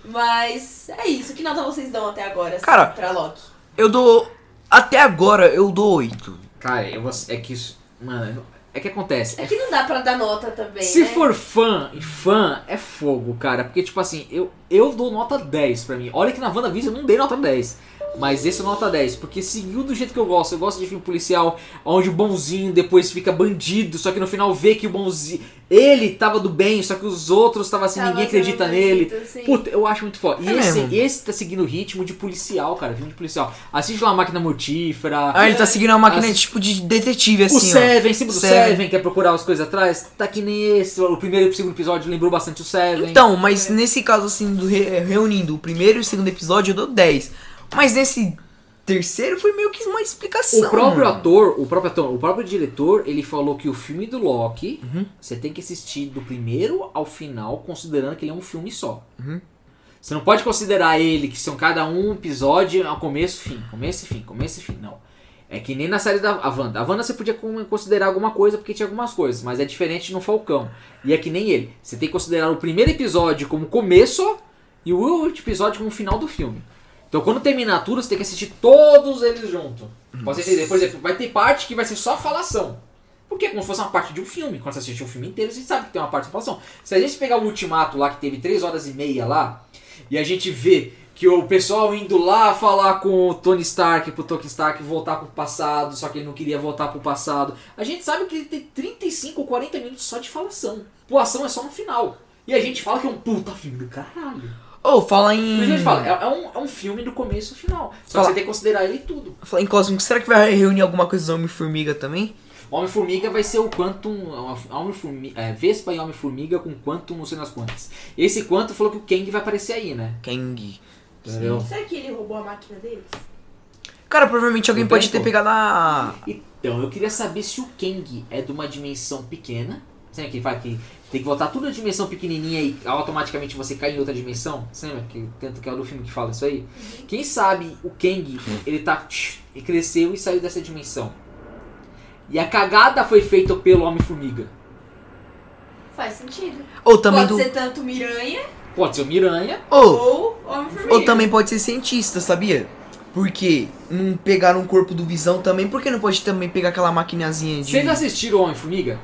Mas é isso. Que nota vocês dão até agora assim, Cara, pra Loki? Eu dou. Até agora eu dou 8. Cara, eu vou- é que isso. Mano, é que acontece. É que não dá pra dar nota também, Se né? for fã, e fã é fogo, cara. Porque, tipo assim, eu, eu dou nota 10 pra mim. Olha que na WandaVision eu não dei nota 10. Mas esse é nota 10, porque seguiu do jeito que eu gosto. Eu gosto de filme policial, onde o bonzinho depois fica bandido, só que no final vê que o bonzinho. Ele tava do bem, só que os outros tava assim, Tava ninguém acredita dando nele. jeito, assim. Puta, eu acho muito foda. E É mesmo. esse, esse tá seguindo o ritmo de policial, cara. Filme de policial. Assiste lá a máquina mortífera. Ah, ele É. tá seguindo uma máquina As- tipo de detetive, assim. O ó. Seven, em cima do Seven. Seven. quer procurar as coisas atrás, tá que nem esse. O primeiro e o segundo episódio lembrou bastante o Seven. Então, mas nesse caso, assim, do re- reunindo o primeiro e o segundo episódio, eu dou 10. Mas nesse terceiro foi meio que uma explicação. o próprio mano. ator, o próprio ator, o próprio diretor, ele falou que o filme do Loki, você tem que assistir do primeiro ao final, considerando que ele é um filme só. Você não pode considerar ele que são cada um episódio ao começo e fim, começo e fim, começo e fim, não. É que nem na série da a Wanda. A Wanda você podia con- considerar alguma coisa porque tinha algumas coisas, mas é diferente no Falcão. E é que nem ele. Você tem que considerar o primeiro episódio como começo e o último episódio como final do filme. Então quando terminar tudo, você tem que assistir todos eles juntos. Pra você entender. Por exemplo, vai ter parte que vai ser só falação. Porque é como se fosse uma parte de um filme. Quando você assiste um filme inteiro, você sabe que tem uma parte de falação. Se a gente pegar o Ultimato lá, que teve 3 horas e meia lá, e a gente vê que o pessoal indo lá falar com o Tony Stark, pro Tony Stark voltar pro passado, só que ele não queria voltar pro passado. A gente sabe que ele tem 35 ou 40 minutos só de falação. Pulação é só no final. E a gente fala que é um puta filme do caralho. Ou fala Por em. isso que a gente fala, é, é um, é um filme do começo ao final. Só Fala. que você tem que considerar ele tudo. Fala em Cosmic, será que vai reunir alguma coisa do Homem-Formiga também? Homem-Formiga vai ser o Quantum. Homem-Formiga, é, Vespa e Homem-Formiga com Quantum não sei nas quantas. Esse Quantum falou que o Kang vai aparecer aí, né? Kang. Entendeu? Será que ele roubou a máquina deles? Cara, provavelmente alguém Não pode tem ter como. pegado a. Então, eu queria saber se o Kang é de uma dimensão pequena. Você lembra que ele fala que tem que voltar tudo a dimensão pequenininha e automaticamente você cai em outra dimensão? Você lembra que, tanto que é o do filme que fala isso aí? Quem sabe o Kang, ele tá. E cresceu e saiu dessa dimensão. E a cagada foi feita pelo Homem-Formiga. Faz sentido. Ou também Pode do. ser tanto Miranha Pode ser o Miranha. Ou, ou Homem-Formiga. ou também pode ser cientista, sabia? Porque não pegaram o corpo do visão também, por que não pode também pegar aquela maquinazinha de. Vocês assistiram o Homem-Formiga?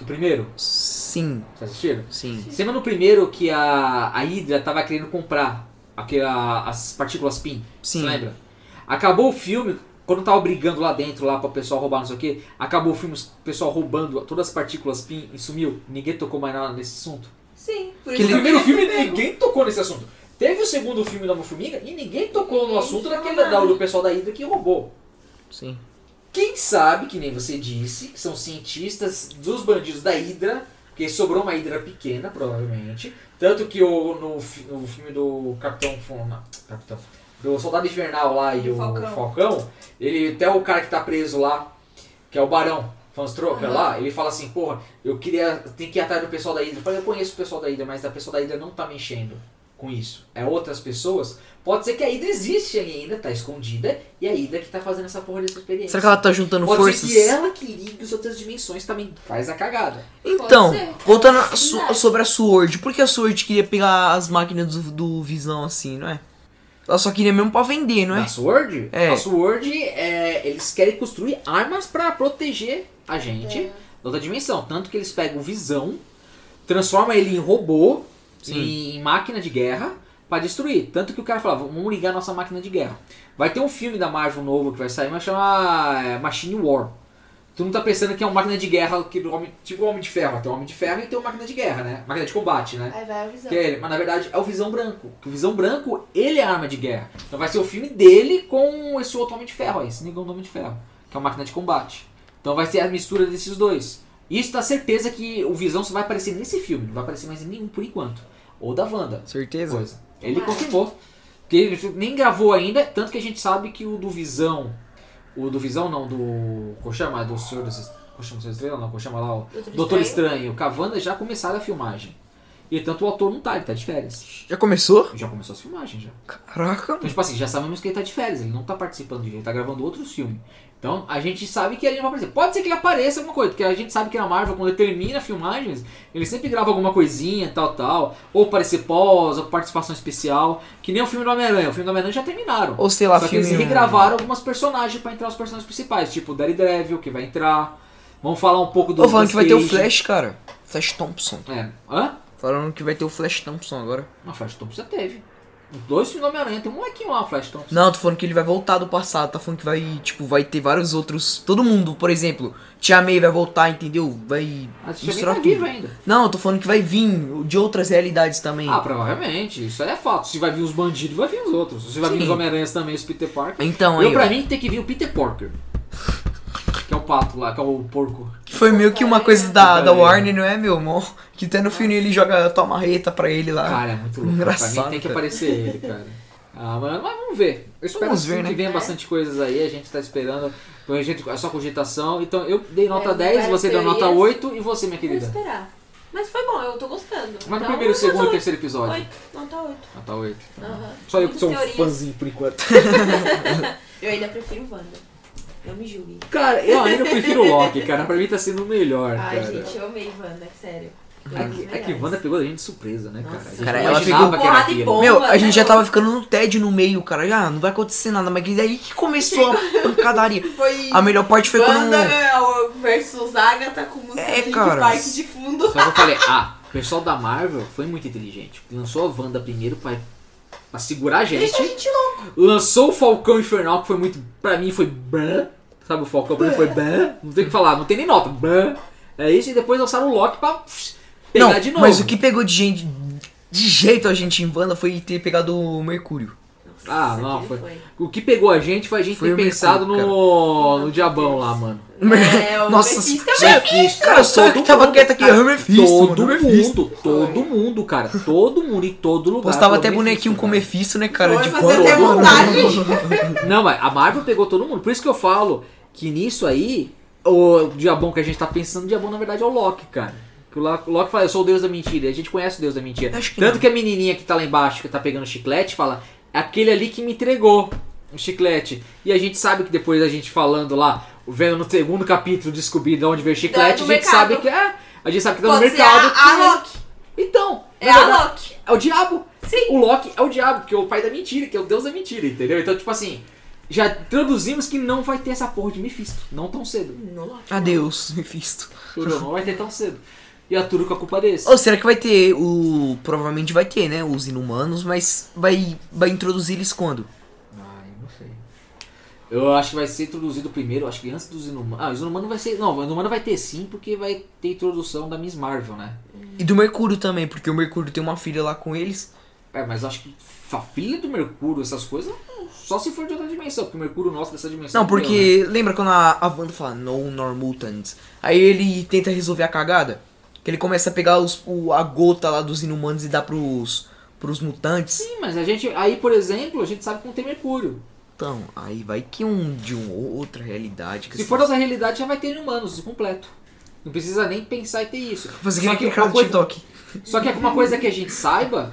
O primeiro? Sim, Vocês assistiram? sim. Você lembra no primeiro que a, a Hydra tava querendo comprar aquela, as partículas PIN? Sim. Você lembra? Acabou o filme, quando tava brigando lá dentro, lá pra o pessoal roubar, não sei o que, acabou o filme, o pessoal roubando todas as partículas PIN e sumiu. Ninguém tocou mais nada nesse assunto. Sim, por Que No isso ele- que primeiro eu filme, pego. ninguém tocou nesse assunto. Teve o segundo filme da Homem-Formiga e ninguém tocou no Ninguém assunto falou daquele da, nada. do pessoal da Hydra que roubou. Sim. Quem sabe, que nem você disse, que são cientistas dos bandidos da Hydra, porque sobrou uma Hydra pequena, provavelmente. Tanto que o, no, fi- no filme do Capitão Fona. Capitão. Do Soldado Invernal lá e Do o Falcão. Falcão. ele até o cara que tá preso lá, que é o Barão Fanstroker Aham. lá, ele fala assim, porra, eu queria. Tem que ir atrás do pessoal da Hydra. Eu, falei, eu conheço o pessoal da Hydra, mas a pessoa da Hydra não tá mexendo com isso. É outras pessoas. Pode ser que a Hydra existe ainda, tá escondida, e a Hydra que tá fazendo essa porra dessa experiência. Será que ela tá juntando Pode forças? ser que é. ela que ligue as outras dimensões também faz a cagada. Então, Pode ser. voltando É uma a su- possibilidade. sobre a Sword, por que a Sword queria pegar as máquinas do, do Visão assim, não é? Ela só queria mesmo pra vender, não Na é? Sword? É. A Sword, é, eles querem construir armas pra proteger a gente É. da outra dimensão. Tanto que eles pegam o Visão, transformam ele em robô, em, em máquina de guerra, pra destruir. Tanto que o cara falava, vamos ligar nossa máquina de guerra. Vai ter um filme da Marvel novo que vai sair, mas chama é, Machine War. Tu não tá pensando que é uma máquina de guerra, que, do homem- tipo o Homem de Ferro. Tem o Homem de Ferro e tem uma máquina de guerra, né? Máquina de combate, né? Aí vai avisando. Que é ele, mas na verdade é o Visão Branco. Que o Visão Branco, ele é a arma de guerra. Então vai ser o filme dele com esse outro Homem de Ferro aí, esse negão do Homem de Ferro, que é uma máquina de combate. Então vai ser a mistura desses dois. Isso dá certeza que o Visão só vai aparecer nesse filme, não vai aparecer mais em nenhum por enquanto. Ou da Wanda. é Certeza? Coisa. Ele Ah. confirmou. Porque ele nem gravou ainda, tanto que a gente sabe que o do Visão O do Visão não, do. Como chama? É Do Senhor dos Est- como chama? Senhor Estrela? Não, como chama lá? O Doutor Doutor Estranho. Estranho. Cavanda já começaram a filmagem. E tanto o autor não tá, ele tá de férias. Já começou? Já começou as filmagens já. Caraca, Então, tipo assim, já sabemos que ele tá de férias, ele não tá participando de jeito, ele tá gravando outros filmes. Então, a gente sabe que ele não vai aparecer. Pode ser que ele apareça alguma coisa, porque a gente sabe que na Marvel, quando ele termina filmagens, ele sempre grava alguma coisinha, tal, tal. Ou parecer pós, ou participação especial. Que nem o filme do Homem-Aranha. O filme do Homem-Aranha já terminaram. Ou sei lá, Só que filme. um eles regravaram algumas personagens pra entrar os personagens principais, tipo o Daredevil, que vai entrar. Vamos falar um pouco do. Tô falando do que vai ter o Cage. Flash, cara. Flash Thompson. É. Hã? Falando que vai ter o Flash Thompson agora. Mas Flash Thompson já teve. Os dois filmes do Homem-Aranha, tem um molequinho lá, o Flash Thompson. Não, tô falando que ele vai voltar do passado. Tá falando que vai, tipo, vai ter vários outros. Todo mundo, por exemplo, Tia May vai voltar, entendeu? Vai Mas cheguei misturar tá tudo. vivo ainda. Não, eu tô falando que vai vir de outras realidades também. Ah, provavelmente. Isso aí é fato. Se vai vir os bandidos, vai vir os outros. Se vai vir Sim. os Homem-Aranhas também, os Peter Parker. então, Eu, aí, pra ó, mim, tem que vir o Peter Parker. Que é o pato lá, que é o porco. que foi meio que uma coisa da, da Caralho. Warner, não é, meu irmão? Que até no filme ele joga a tua marreta pra ele lá. Cara, é muito louco. pra Ah, Engraçado, mim tem que cara. aparecer ele, cara. Ah, mano, mas vamos ver. Eu espero Vamos sim, ver, né? que venha bastante coisas aí. A gente tá esperando. Então, a gente, é só cogitação. Então eu dei nota É, 10, várias você deu nota teorias. 8 e você, minha Vou querida. esperar. Mas foi bom, eu tô gostando. Mas no Então, primeiro, nota segundo e oito. terceiro episódio. Oito. Não, tá oito. Nota 8. Aham. Só eu que Muitas sou um teorias. fãzinho por enquanto. Eu ainda prefiro o Wanda. Não me julguem. Cara, eu ainda prefiro o Loki, cara. Pra mim tá sendo o melhor, Ai, cara. gente, eu amei Wanda, sério. Eu É amo que, é os que melhores. Wanda pegou a gente de surpresa, né, cara? Nossa, A gente Cara, não ela imaginava pegou que era porrada e aquilo. né? bomba. Meu, a Mano, gente tá já tava louco. ficando no tédio no meio, cara. Já não vai acontecer nada, mas daí que começou a pancadaria. Foi. A melhor parte foi quando. Wanda versus Agatha com música É, de Link cara. Park de fundo. Só que eu falei, ah, o pessoal da Marvel foi muito inteligente. Lançou a Wanda primeiro pra, pra segurar a gente. Deixa a gente louco. Lançou o Falcão Infernal, que foi muito. Pra mim foi. brã. Sabe, o Falcão pra mim foi. brã. Não tem o que falar, não tem nem nota. brã. É isso, e depois lançaram o Loki pra pss, pegar Não, de novo. mas o que pegou de gente. De jeito a gente em Wanda foi ter pegado o Mercúrio. Ah, não, Aquele O que pegou a gente foi a gente Foi ter o Mercúrio, pensado cara. no. no diabão lá, mano. É, o Nossa, Mephisto se- é cara, só todo que tava mundo, quieto aqui, cara. é o Mephisto, Todo mano, é o Mephisto. mundo, tá todo mundo, cara. Todo mundo em todo lugar. Postava pelo até Mephisto, bonequinho com cara. Mephisto, né, cara? Foi de fazer quando- até montagem. Não, mas a Marvel pegou todo mundo. Por isso que eu falo que nisso aí, o diabão que a gente tá pensando, o diabão na verdade é o Loki, cara. Que o Lo- o Loki fala, eu sou o deus da mentira. E a gente conhece o deus da mentira. Acho que Tanto não. que a menininha que tá lá embaixo, que tá pegando chiclete, fala, é aquele ali que me entregou o chiclete. E a gente sabe que depois a gente falando lá, vendo no segundo capítulo descobrir de onde veio o chiclete, do a gente Tá mercado. sabe que é. A gente sabe que tá no Pode ser mercado. a, a que é- Loki. Então, É na verdade, a Loki. é o diabo. Sim. O Loki é o diabo, que é o pai da mentira, que é o deus da mentira, entendeu? Então, tipo assim, já traduzimos que não vai ter essa porra de Mephisto. Não tão cedo. Adeus, Mephisto. Chorou, não vai ter tão cedo. E a Turu com a culpa desse. Ou será que vai ter o. Provavelmente vai ter, né? Os inumanos, mas vai, vai introduzir eles quando? Ai, não sei. Eu acho que vai ser introduzido primeiro, acho que antes dos Inumanos. Ah, os Inumanos vai ser. Não, os Inumanos vai ter sim, porque vai ter introdução da Miss Marvel, né? E do Mercúrio também, porque o Mercúrio tem uma filha lá com eles. É, mas eu acho que a filha do Mercúrio, essas coisas, só se for de outra dimensão, porque o Mercúrio nosso dessa dimensão. Não, deu, né? porque lembra quando a, a Wanda fala No Nor Mutants? Aí ele tenta resolver a cagada. Que ele começa a pegar os, o, a gota lá dos inumanos e dá pros, pros mutantes. Sim, mas a gente. Aí, por exemplo, a gente sabe que não tem Mercúrio. Então, aí vai que um de uma outra realidade. Que Se for dessa realidade, já vai ter humanos completo. Não precisa nem pensar em ter isso. só, Você quer que aquele cara uma do coisa, TikTok. só que uma coisa que a gente saiba,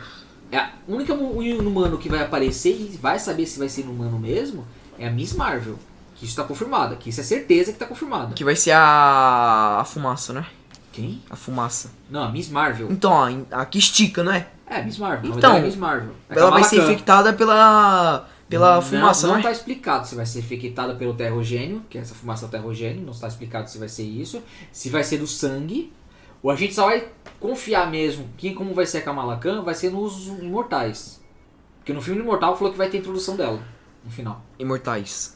é a única mu- humano que vai aparecer e vai saber se vai ser humano mesmo é a Miss Marvel. Que isso tá confirmada, que isso é certeza que tá confirmada. Que vai ser a, a fumaça, né? Quem? A fumaça. Não, a Miss Marvel. Então, ó, em- a que estica, não é? É, a Miss Marvel. Então, Então, é a Miss Marvel. É Ela vai Kamala ser Khan. infectada pela. pela Não- fumaça, não, não, é? tá explicado se vai ser infectada pelo terrogênio, que essa fumaça é o terrogênio, não está explicado se vai ser isso, se vai ser do sangue, ou a gente só vai confiar mesmo que como vai ser a Kamala Khan, vai ser nos Imortais. Porque no filme do Imortal falou que vai ter introdução dela, no final. Imortais.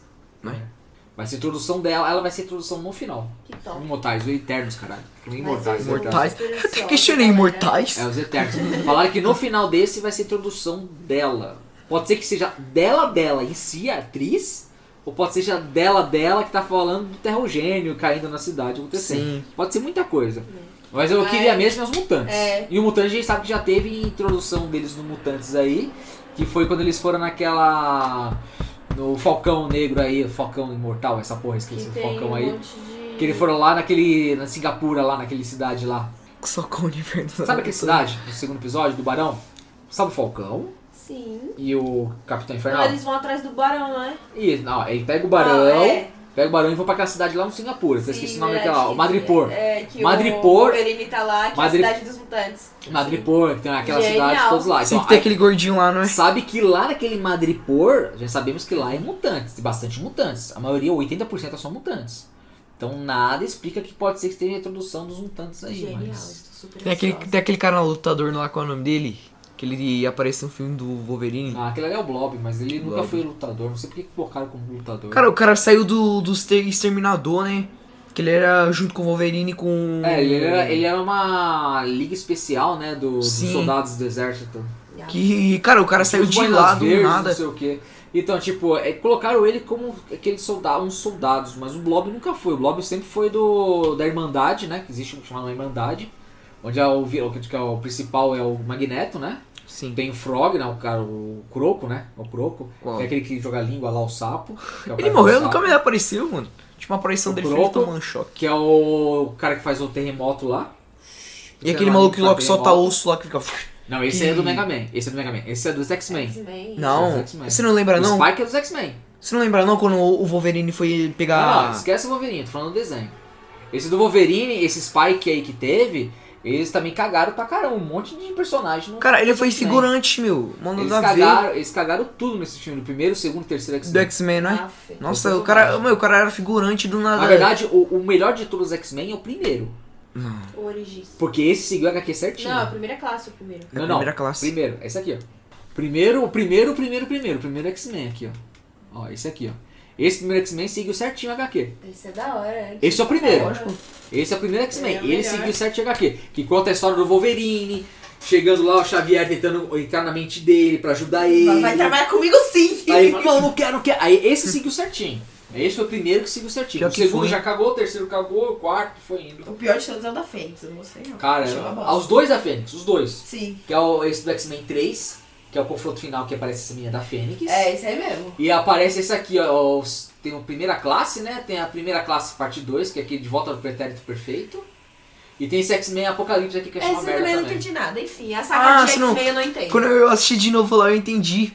Vai ser introdução dela, ela vai ser introdução no final. Que top. Imortais, os Eternos, caralho. Não Imortais, Mas- Eternos. Imortais. Imortais. Eu até questionei né? imortais. É, os Eternos. Falaram que no final desse vai ser introdução dela. Pode ser que seja dela dela em si, a atriz, ou pode ser já dela dela que tá falando do terrogênio caindo na cidade acontecendo. Sim. Pode ser muita coisa. Mas eu queria mesmo é os mutantes. É. E o mutante a gente sabe que já teve introdução deles no mutantes aí, que foi quando eles foram naquela No Falcão Negro aí, Falcão Imortal, essa porra, esqueci que o tem Falcão um aí. monte de... Que eles foram lá naquele. na Singapura, lá naquele cidade lá. É. Só com o universo. Sabe aquela cidade, no segundo episódio, do Barão? Sabe o Falcão Sim. e o Capitão Não, Infernal? eles vão atrás do barão, né? E, não, ele pega o Barão, Não, é. pega o Barão e vão pra aquela cidade lá no Singapura. eu esqueci o nome verdade, daquela, ó, que- Madripoor. É, que Madripoor- o Wolverine tá lá, que Madri- é a cidade dos mutantes. Madripoor, que tem aquela Genial. cidade todos lá. Então, Sempre tem aí- aquele gordinho lá, não é? Sabe que lá naquele Madripoor, já sabemos que lá é mutantes, tem bastante mutantes. A maioria, 80% são mutantes. Então nada explica que pode ser que tenha a introdução dos mutantes aí. Genial, Mas... estou super Tem aquele, ansiosa. tem aquele cara lá, lutador lá, qual é o nome dele? Que ele aparece no filme do Wolverine. Ah, aquele ali é o Blob, mas ele nunca Blob. foi lutador. Não sei por que colocaram como lutador. Cara, o cara saiu do, do Exter- Exterminador, né? Que ele era junto com o Wolverine com. é, ele era, ele era uma liga especial, né? do- dos Sim. soldados do exército. Que, cara, o cara saiu Os de boinas lá do verdes, Não nada. sei o quê. Então, tipo, é, colocaram ele como aquele soldado, uns soldados, mas o Blob nunca foi. O Blob sempre foi do da Irmandade, né? Que existe chamada Irmandade. Onde é o, vi- o que- que é o principal é o Magneto, né? Sim. Tem o Frog, né? O cara, o Croco, né? O Croco. Qual? Que é aquele que joga a língua lá, o sapo. que é o cara Ele do morreu, sapo, nunca mais apareceu, mano. Tinha uma aparição O dele feita Croco. tomando um choque. Que é o cara que faz o terremoto lá. E Sei aquele lá, maluco que faz lá que solta terremoto. osso lá que fica. Não, esse aí é do Ih. Mega Man. Esse é do Mega Man. Esse é dos X-Men. X-Men. Isso é Não, os X-Men. você não lembra O não? Spike é dos X-Men. Você não lembra não quando o o Wolverine foi Não, não, pegar. esquece o Wolverine, tô falando do desenho. Esse do Wolverine, esse Spike aí que teve, eles também cagaram pra caramba. Um monte de personagem. No... Cara, ele foi X-Men. figurante, meu. Mano, eles, nada a ver. cagaram, eles cagaram tudo nesse filme. Do primeiro, segundo, terceiro Do X-Men. X-Men, não é? Aff. Nossa, o cara. Meu, o cara era figurante do nada. Ah, Na verdade, o, o melhor de todos os X-Men é o primeiro. O Origins. Porque esse seguiu a HQ certinho. Não, a primeira classe, o primeiro. É a primeira classe. Primeiro, esse aqui, ó. Primeiro, o primeiro, o primeiro, o primeiro. o Primeiro X-Men aqui, ó. Ó, esse aqui, ó. Esse primeiro X-Men seguiu certinho a HQ. Esse é da hora. Esse é o primeiro. Lógico. Esse é o primeiro X-Men. É o e ele melhor. seguiu certo chegar aqui. Que conta a história do Wolverine. Chegando lá, o Xavier tentando entrar na mente dele pra ajudar ele. Vai trabalhar comigo sim. Aí ele fala, não, não quero, não quero. Aí esse seguiu certinho. Esse foi o primeiro que seguiu certinho. Pior o que segundo foi. já cagou, o terceiro cagou, o quarto foi indo. O pior de todos é o da Fênix, eu não sei não. Cara, Achei uma bosta. aos dois da Fênix, os dois. Sim. Que é o, esse do X-Men 3, que é o confronto final que aparece essa menina da Fênix. É, isso aí mesmo. E aparece esse aqui, ó. os- Tem a primeira classe, né? Tem a primeira classe parte 2, que é aquele de volta do pretérito perfeito. E tem esse X-Men Apocalipse aqui que é uma Esse merda também não também. entendi nada. Enfim, a Ah, saga de você não- X-Men eu não entendo. Quando eu assisti de novo lá, eu entendi.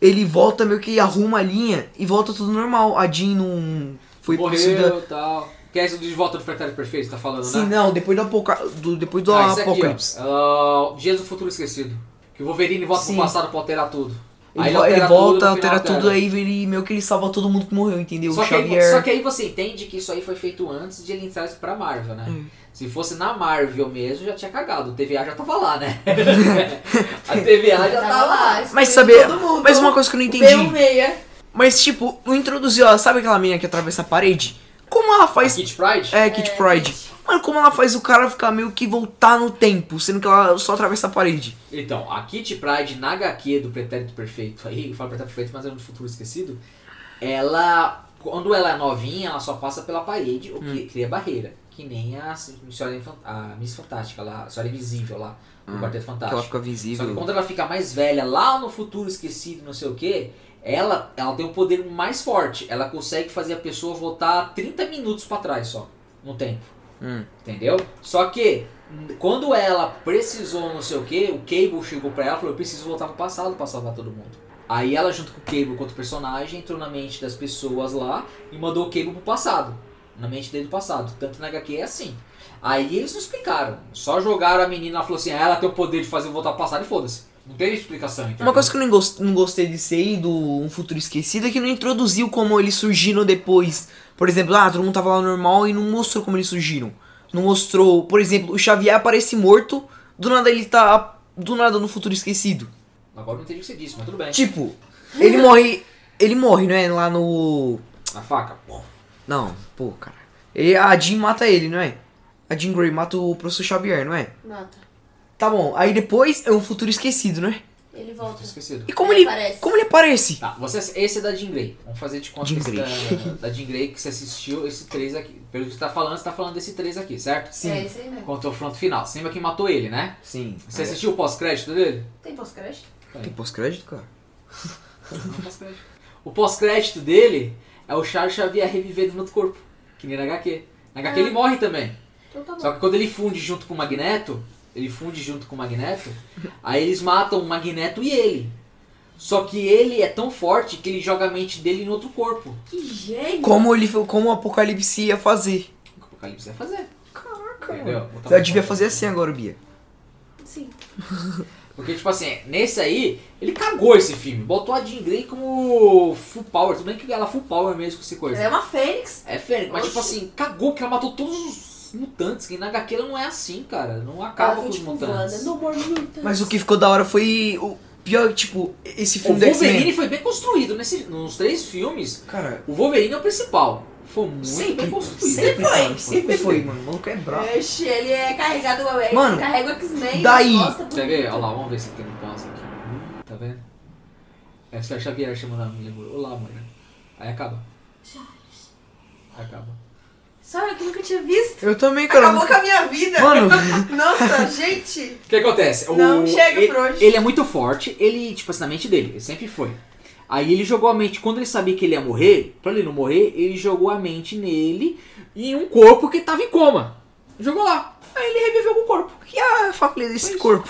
Ele volta meio que arruma a linha e volta tudo normal. A Jean não foi possuída- Morreu e tal. Que é esse de volta do pretérito perfeito, tá falando, Sim, né? não, depois do, apoca... do, depois do Ah, esse aqui, ó. Apocalipse. Ah, Dias do Futuro Esquecido. Que o Wolverine volta Sim. pro passado pra alterar tudo. Ele, Aí vo- ele altera tudo, volta, no final altera tudo, aí ele meio que ele salva todo mundo que morreu, entendeu? Só o que, aí, Xavier. só que aí você entende que isso aí foi feito antes de ele entrar pra Marvel, né? É. Se fosse na Marvel mesmo, já tinha cagado. O TVA já tava lá, né? a TVA já Tava tava lá. tá lá, Mas excluindo saber. todo mundo. Mas uma coisa que eu não Meu entendi. meia. Mas tipo, não introduziu, ó, sabe aquela menina que atravessa a parede? Como ela A faz. Kit Pride? É, Kit Pride. Mano, como ela faz o cara ficar meio que voltar no tempo, sendo que ela só atravessa a parede? Então, a Kit Pride na HQ do Pretérito Perfeito, aí, eu falo Pretérito Perfeito, mas é no futuro esquecido, ela, quando ela é novinha, ela só passa pela parede, o que Hum. cria barreira. Que nem a, senhora, Infan- a Miss Fantástica lá, a Senhora Invisível lá, do Hum, Quarteto Que ela Fantástico. fica Só que visível. quando ela fica mais velha, lá no futuro esquecido, não sei o que, ela, ela tem um poder mais forte. Ela consegue fazer a pessoa voltar 30 minutos pra trás só, no tempo. Hum. Entendeu? Só que n- quando ela precisou não sei o que, o Cable chegou pra ela e falou, eu preciso voltar pro passado pra salvar todo mundo. Aí ela junto com o Cable, com outro personagem, entrou na mente das pessoas lá e mandou o Cable pro passado. Na mente dele do passado. Tanto na HQ é assim. Aí eles não explicaram. Só jogaram a menina, ela falou assim, ah, ela tem o poder de fazer eu voltar pro passado e foda-se. Não tem explicação, entendeu? Uma coisa que eu não, gos- não gostei de ser do Um Futuro Esquecido é que não introduziu como eles surgiram depois. Por exemplo, ah, todo mundo tava lá normal e não mostrou como eles surgiram. Não mostrou, por exemplo, o Xavier aparece morto, do nada ele tá do nada no Futuro Esquecido. Agora eu não entendi o que você disse, mas tudo bem. Tipo, ele morre, ele morre, não é? Lá no A faca. pô. Não, pô, cara. Ele, a Jean mata ele, não é? A Jean Grey mata o professor Xavier, não é? Mata. Tá bom, aí depois é um futuro esquecido, não é? Ele Tô volta. Esquecido. E como Ele ele, aparece. É, como ele aparece? Tá, você, esse é da Jean Grey. Vamos fazer de conta Jean que Grey. esse da, da Jean Grey que você assistiu esse 3 aqui. Pelo que você tá falando, você tá falando desse 3 aqui, certo? assim? É isso aí mesmo. Contra o fronto final. Você lembra quem matou ele, né? Sim. Você assistiu o pós-crédito dele? Tem pós-crash? Tem pós-crédito, cara? Não, pós-crédito. O pós-crédito dele é o Charles Xavier revivendo no outro corpo, que nem na HQ. Na HQ ele morre também. Então tá bom. Só que quando ele funde junto com o Magneto, ele funde junto com o Magneto, aí eles matam o Magneto e ele. Só que ele é tão forte que ele joga a mente dele em outro corpo. Que gênio! Como, ele, como o Apocalipse ia fazer. O que o Apocalipse ia fazer. Caraca! Entendeu? Botar Eu um devia ponto. fazer assim agora, Bia. Sim. Porque, tipo assim, nesse aí, ele cagou esse filme. Botou a Jean Grey como full power. Tudo bem que ela é full power mesmo com essa coisa. Ela é uma fênix. É fênix, mas tipo Oxi. assim, cagou porque ela matou todos os mutantes. Que na HQ não é assim, cara. Não Ela acaba com foi os tipo Wanda. mutantes. No more mutants. Mas o que ficou da hora foi o pior, tipo, esse O filme do X-Men. Wolverine foi bem construído nesse, nos três filmes. Cara, O Wolverine é o principal. Foi muito bem construído. foi, sempre né, cara, sempre foi, mano. O maluco é brabo. Oxi, ele é carregado, é, Mano, carrega o X-Men. daí. nas costas, Quer bonito. ver? Olha lá, vamos ver se tem um pause aqui. Tá vendo? É se a Xavier chamando a mulher. Olá, mulher. Aí acaba. Aí acaba. Só eu que nunca tinha visto. Eu também, cara. Acabou com a minha vida. Mano, Nossa, gente. O que acontece? O- Não, chega ele, por hoje. Ele é muito forte, ele, tipo assim, na mente dele, ele sempre foi. Aí ele jogou a mente, quando ele sabia que ele ia morrer, pra ele não morrer, ele jogou a mente nele e um corpo que tava em coma. Jogou lá. Aí ele reviveu com o corpo. que a família desse corpo?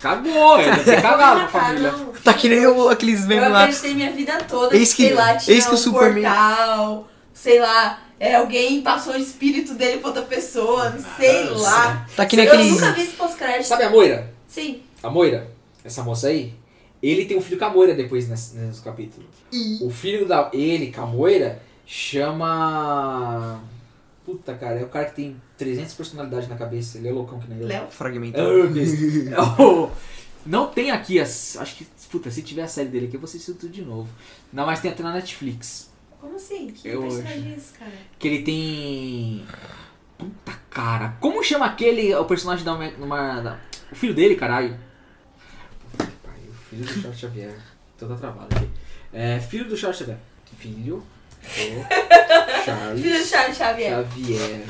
Cagou, ele deve ter cagado a família. Não. Tá que nem o- aqueles memes Eu lá. acreditei minha vida toda. Eis que- sei lá, tinha eis que o um Superman- portal. Sei lá, é, alguém passou o espírito dele pra outra pessoa. não Sei Nossa. lá. Tá que Eu nem aqueles. nunca vi esse pós-crédito. Sabe a Moira? Sim. A Moira, essa moça aí, ele tem um filho com a Moira depois nesse, nesse capítulo. O filho da. Ele com a Moira chama. Puta cara, é o cara que tem 300 personalidades na cabeça, ele é loucão que nem eu. Léo. É Fragmentado. o mesmo. É o- Não tem aqui as. Acho que. Puta, se tiver a série dele aqui, eu vou assistir tudo de novo. Não, mas tem até na Netflix. Como assim? Que Eu personagem é esse, cara? Que ele tem. Puta cara. Como chama aquele. O personagem da. Uma, numa- da- o filho dele, caralho. Puta que pariu, filho do Charles Xavier. Tô tá travado aqui. É, filho do Charles Xavier. Filho do Filho do Charles Charles Xavier. Xavier.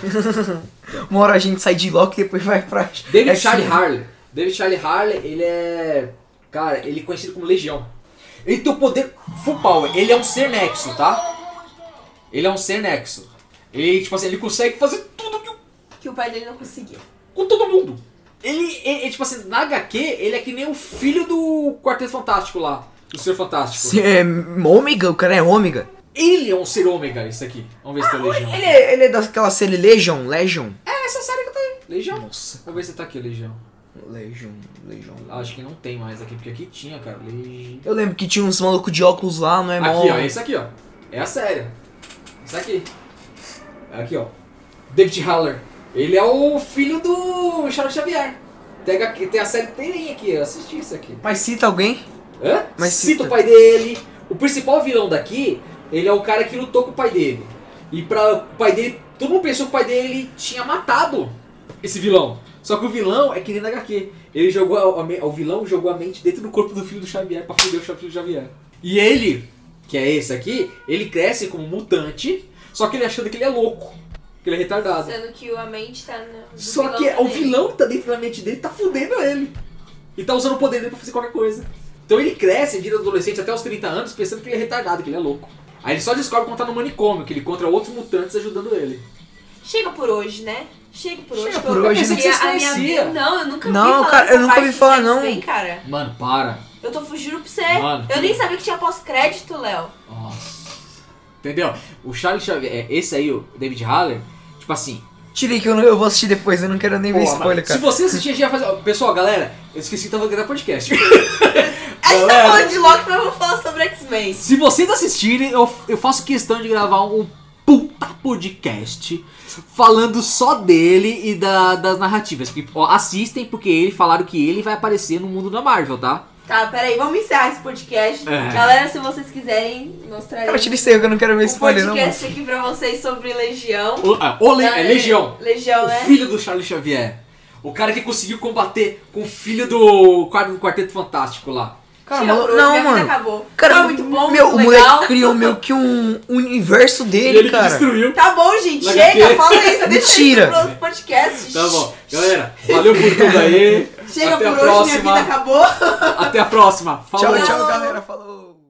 Uma hora a gente sai de Loki e depois vai pra. David É Charlie sim. Harley. David Charlie Harley, ele é. Cara, ele é conhecido como Legião. Ele tem o poder full power. Ele é um ser nexo, tá? Ele é um ser nexo. Ele, tipo assim, ele consegue fazer tudo que, o- Que o pai dele não conseguiu. com todo mundo. Ele, ele, ele, tipo assim, na HQ, ele é que nem o filho do Quarteto Fantástico lá. Do Ser Fantástico. Sim, é ômega? O cara é ômega? Ele é um ser ômega, isso aqui. Vamos ver se tem Legião. Ele é, ele é daquela série Legion? Legion? Ah, É essa série que tá aí. Legião. Nossa. Vamos ver se tá aqui, Legião. Legion, Legion. Acho que não tem mais aqui, porque aqui tinha, cara. Legião. Eu lembro que tinha uns malucos de óculos lá, não é mó. Aqui, ó, esse aqui, ó. É a série. Esse aqui. Aqui, ó. David Haller. Ele é o filho do Charles Xavier. Tem a, tem a série inteirinha aqui, eu assisti isso aqui. Mas cita alguém? Hã? Mas cita cita. o pai dele. O principal vilão daqui, ele é o cara que lutou com o pai dele. E pra o pai dele, todo mundo pensou que o pai dele tinha matado esse vilão. Só que o vilão é que nem na HQ. Ele jogou a- a me- o vilão jogou a mente dentro do corpo do filho do Xavier pra foder o filho do Xavier. E ele, que é esse aqui, ele cresce como mutante, só que ele achando que ele é louco, que ele é retardado. Sendo que a mente tá no. do Só que o também. vilão que tá dentro da mente dele tá fudendo ele. E tá usando o poder dele pra fazer qualquer coisa. Então ele cresce, vira adolescente até os 30 anos, pensando que ele é retardado, que ele é louco. Aí ele só descobre quando tá no manicômio, que ele encontra outros mutantes ajudando ele. Chega por hoje, né? Chega por hoje. Chega pelo por menos hoje, a né? Vocês minha- a minha conhecia. vida- Não, eu nunca Não, vi falar cara, eu dessa nunca parte ouvi falar, do não. X-Men, cara. Mano, para. Eu tô juro pra você. Mano. Eu nem sabia que tinha pós-crédito, Léo. Nossa. Entendeu? O Charles Xavier, é, esse aí, o David Haller, tipo assim, Tirei que eu, não- eu vou assistir depois, eu não quero nem ver Porra, spoiler, Se cara. você assistir, já ia fazer. Ó, Pessoal, galera, eu esqueci que tava gravando podcast. A gente tá É. Galera. falando de Loki, mas vamos falar sobre X-Men. Se vocês assistirem, eu, eu faço questão de gravar um puta podcast falando só dele e da- das narrativas. Porque, ó, assistem, porque ele falaram que ele vai aparecer no mundo da Marvel, tá? Tá, peraí, vamos encerrar esse podcast. É. Galera, se vocês quiserem, nós Cara, traremos tira isso aí, eu não quero ver um spoiler, não. mano. podcast aqui pra vocês sobre Legião. O, ah, o Le- é Legião, Legião, o né? filho do Charles Xavier. O cara que conseguiu combater com o filho do, quadro do Quarteto Fantástico lá. Cara, Chega malu- por hoje, não, minha vida mano. acabou. Cara, Foi tá muito bom, meu, muito o legal. moleque criou meio que um universo E dele, ele que cara. destruiu. Tá bom, gente, Lá chega, que- fala isso, deixa Mentira. isso pro outro podcast. Tá bom, galera, valeu por tudo aí. Chega Até por a hoje, minha próxima. vida acabou. Até a próxima. Falou. Tchau, tchau, galera. Falou.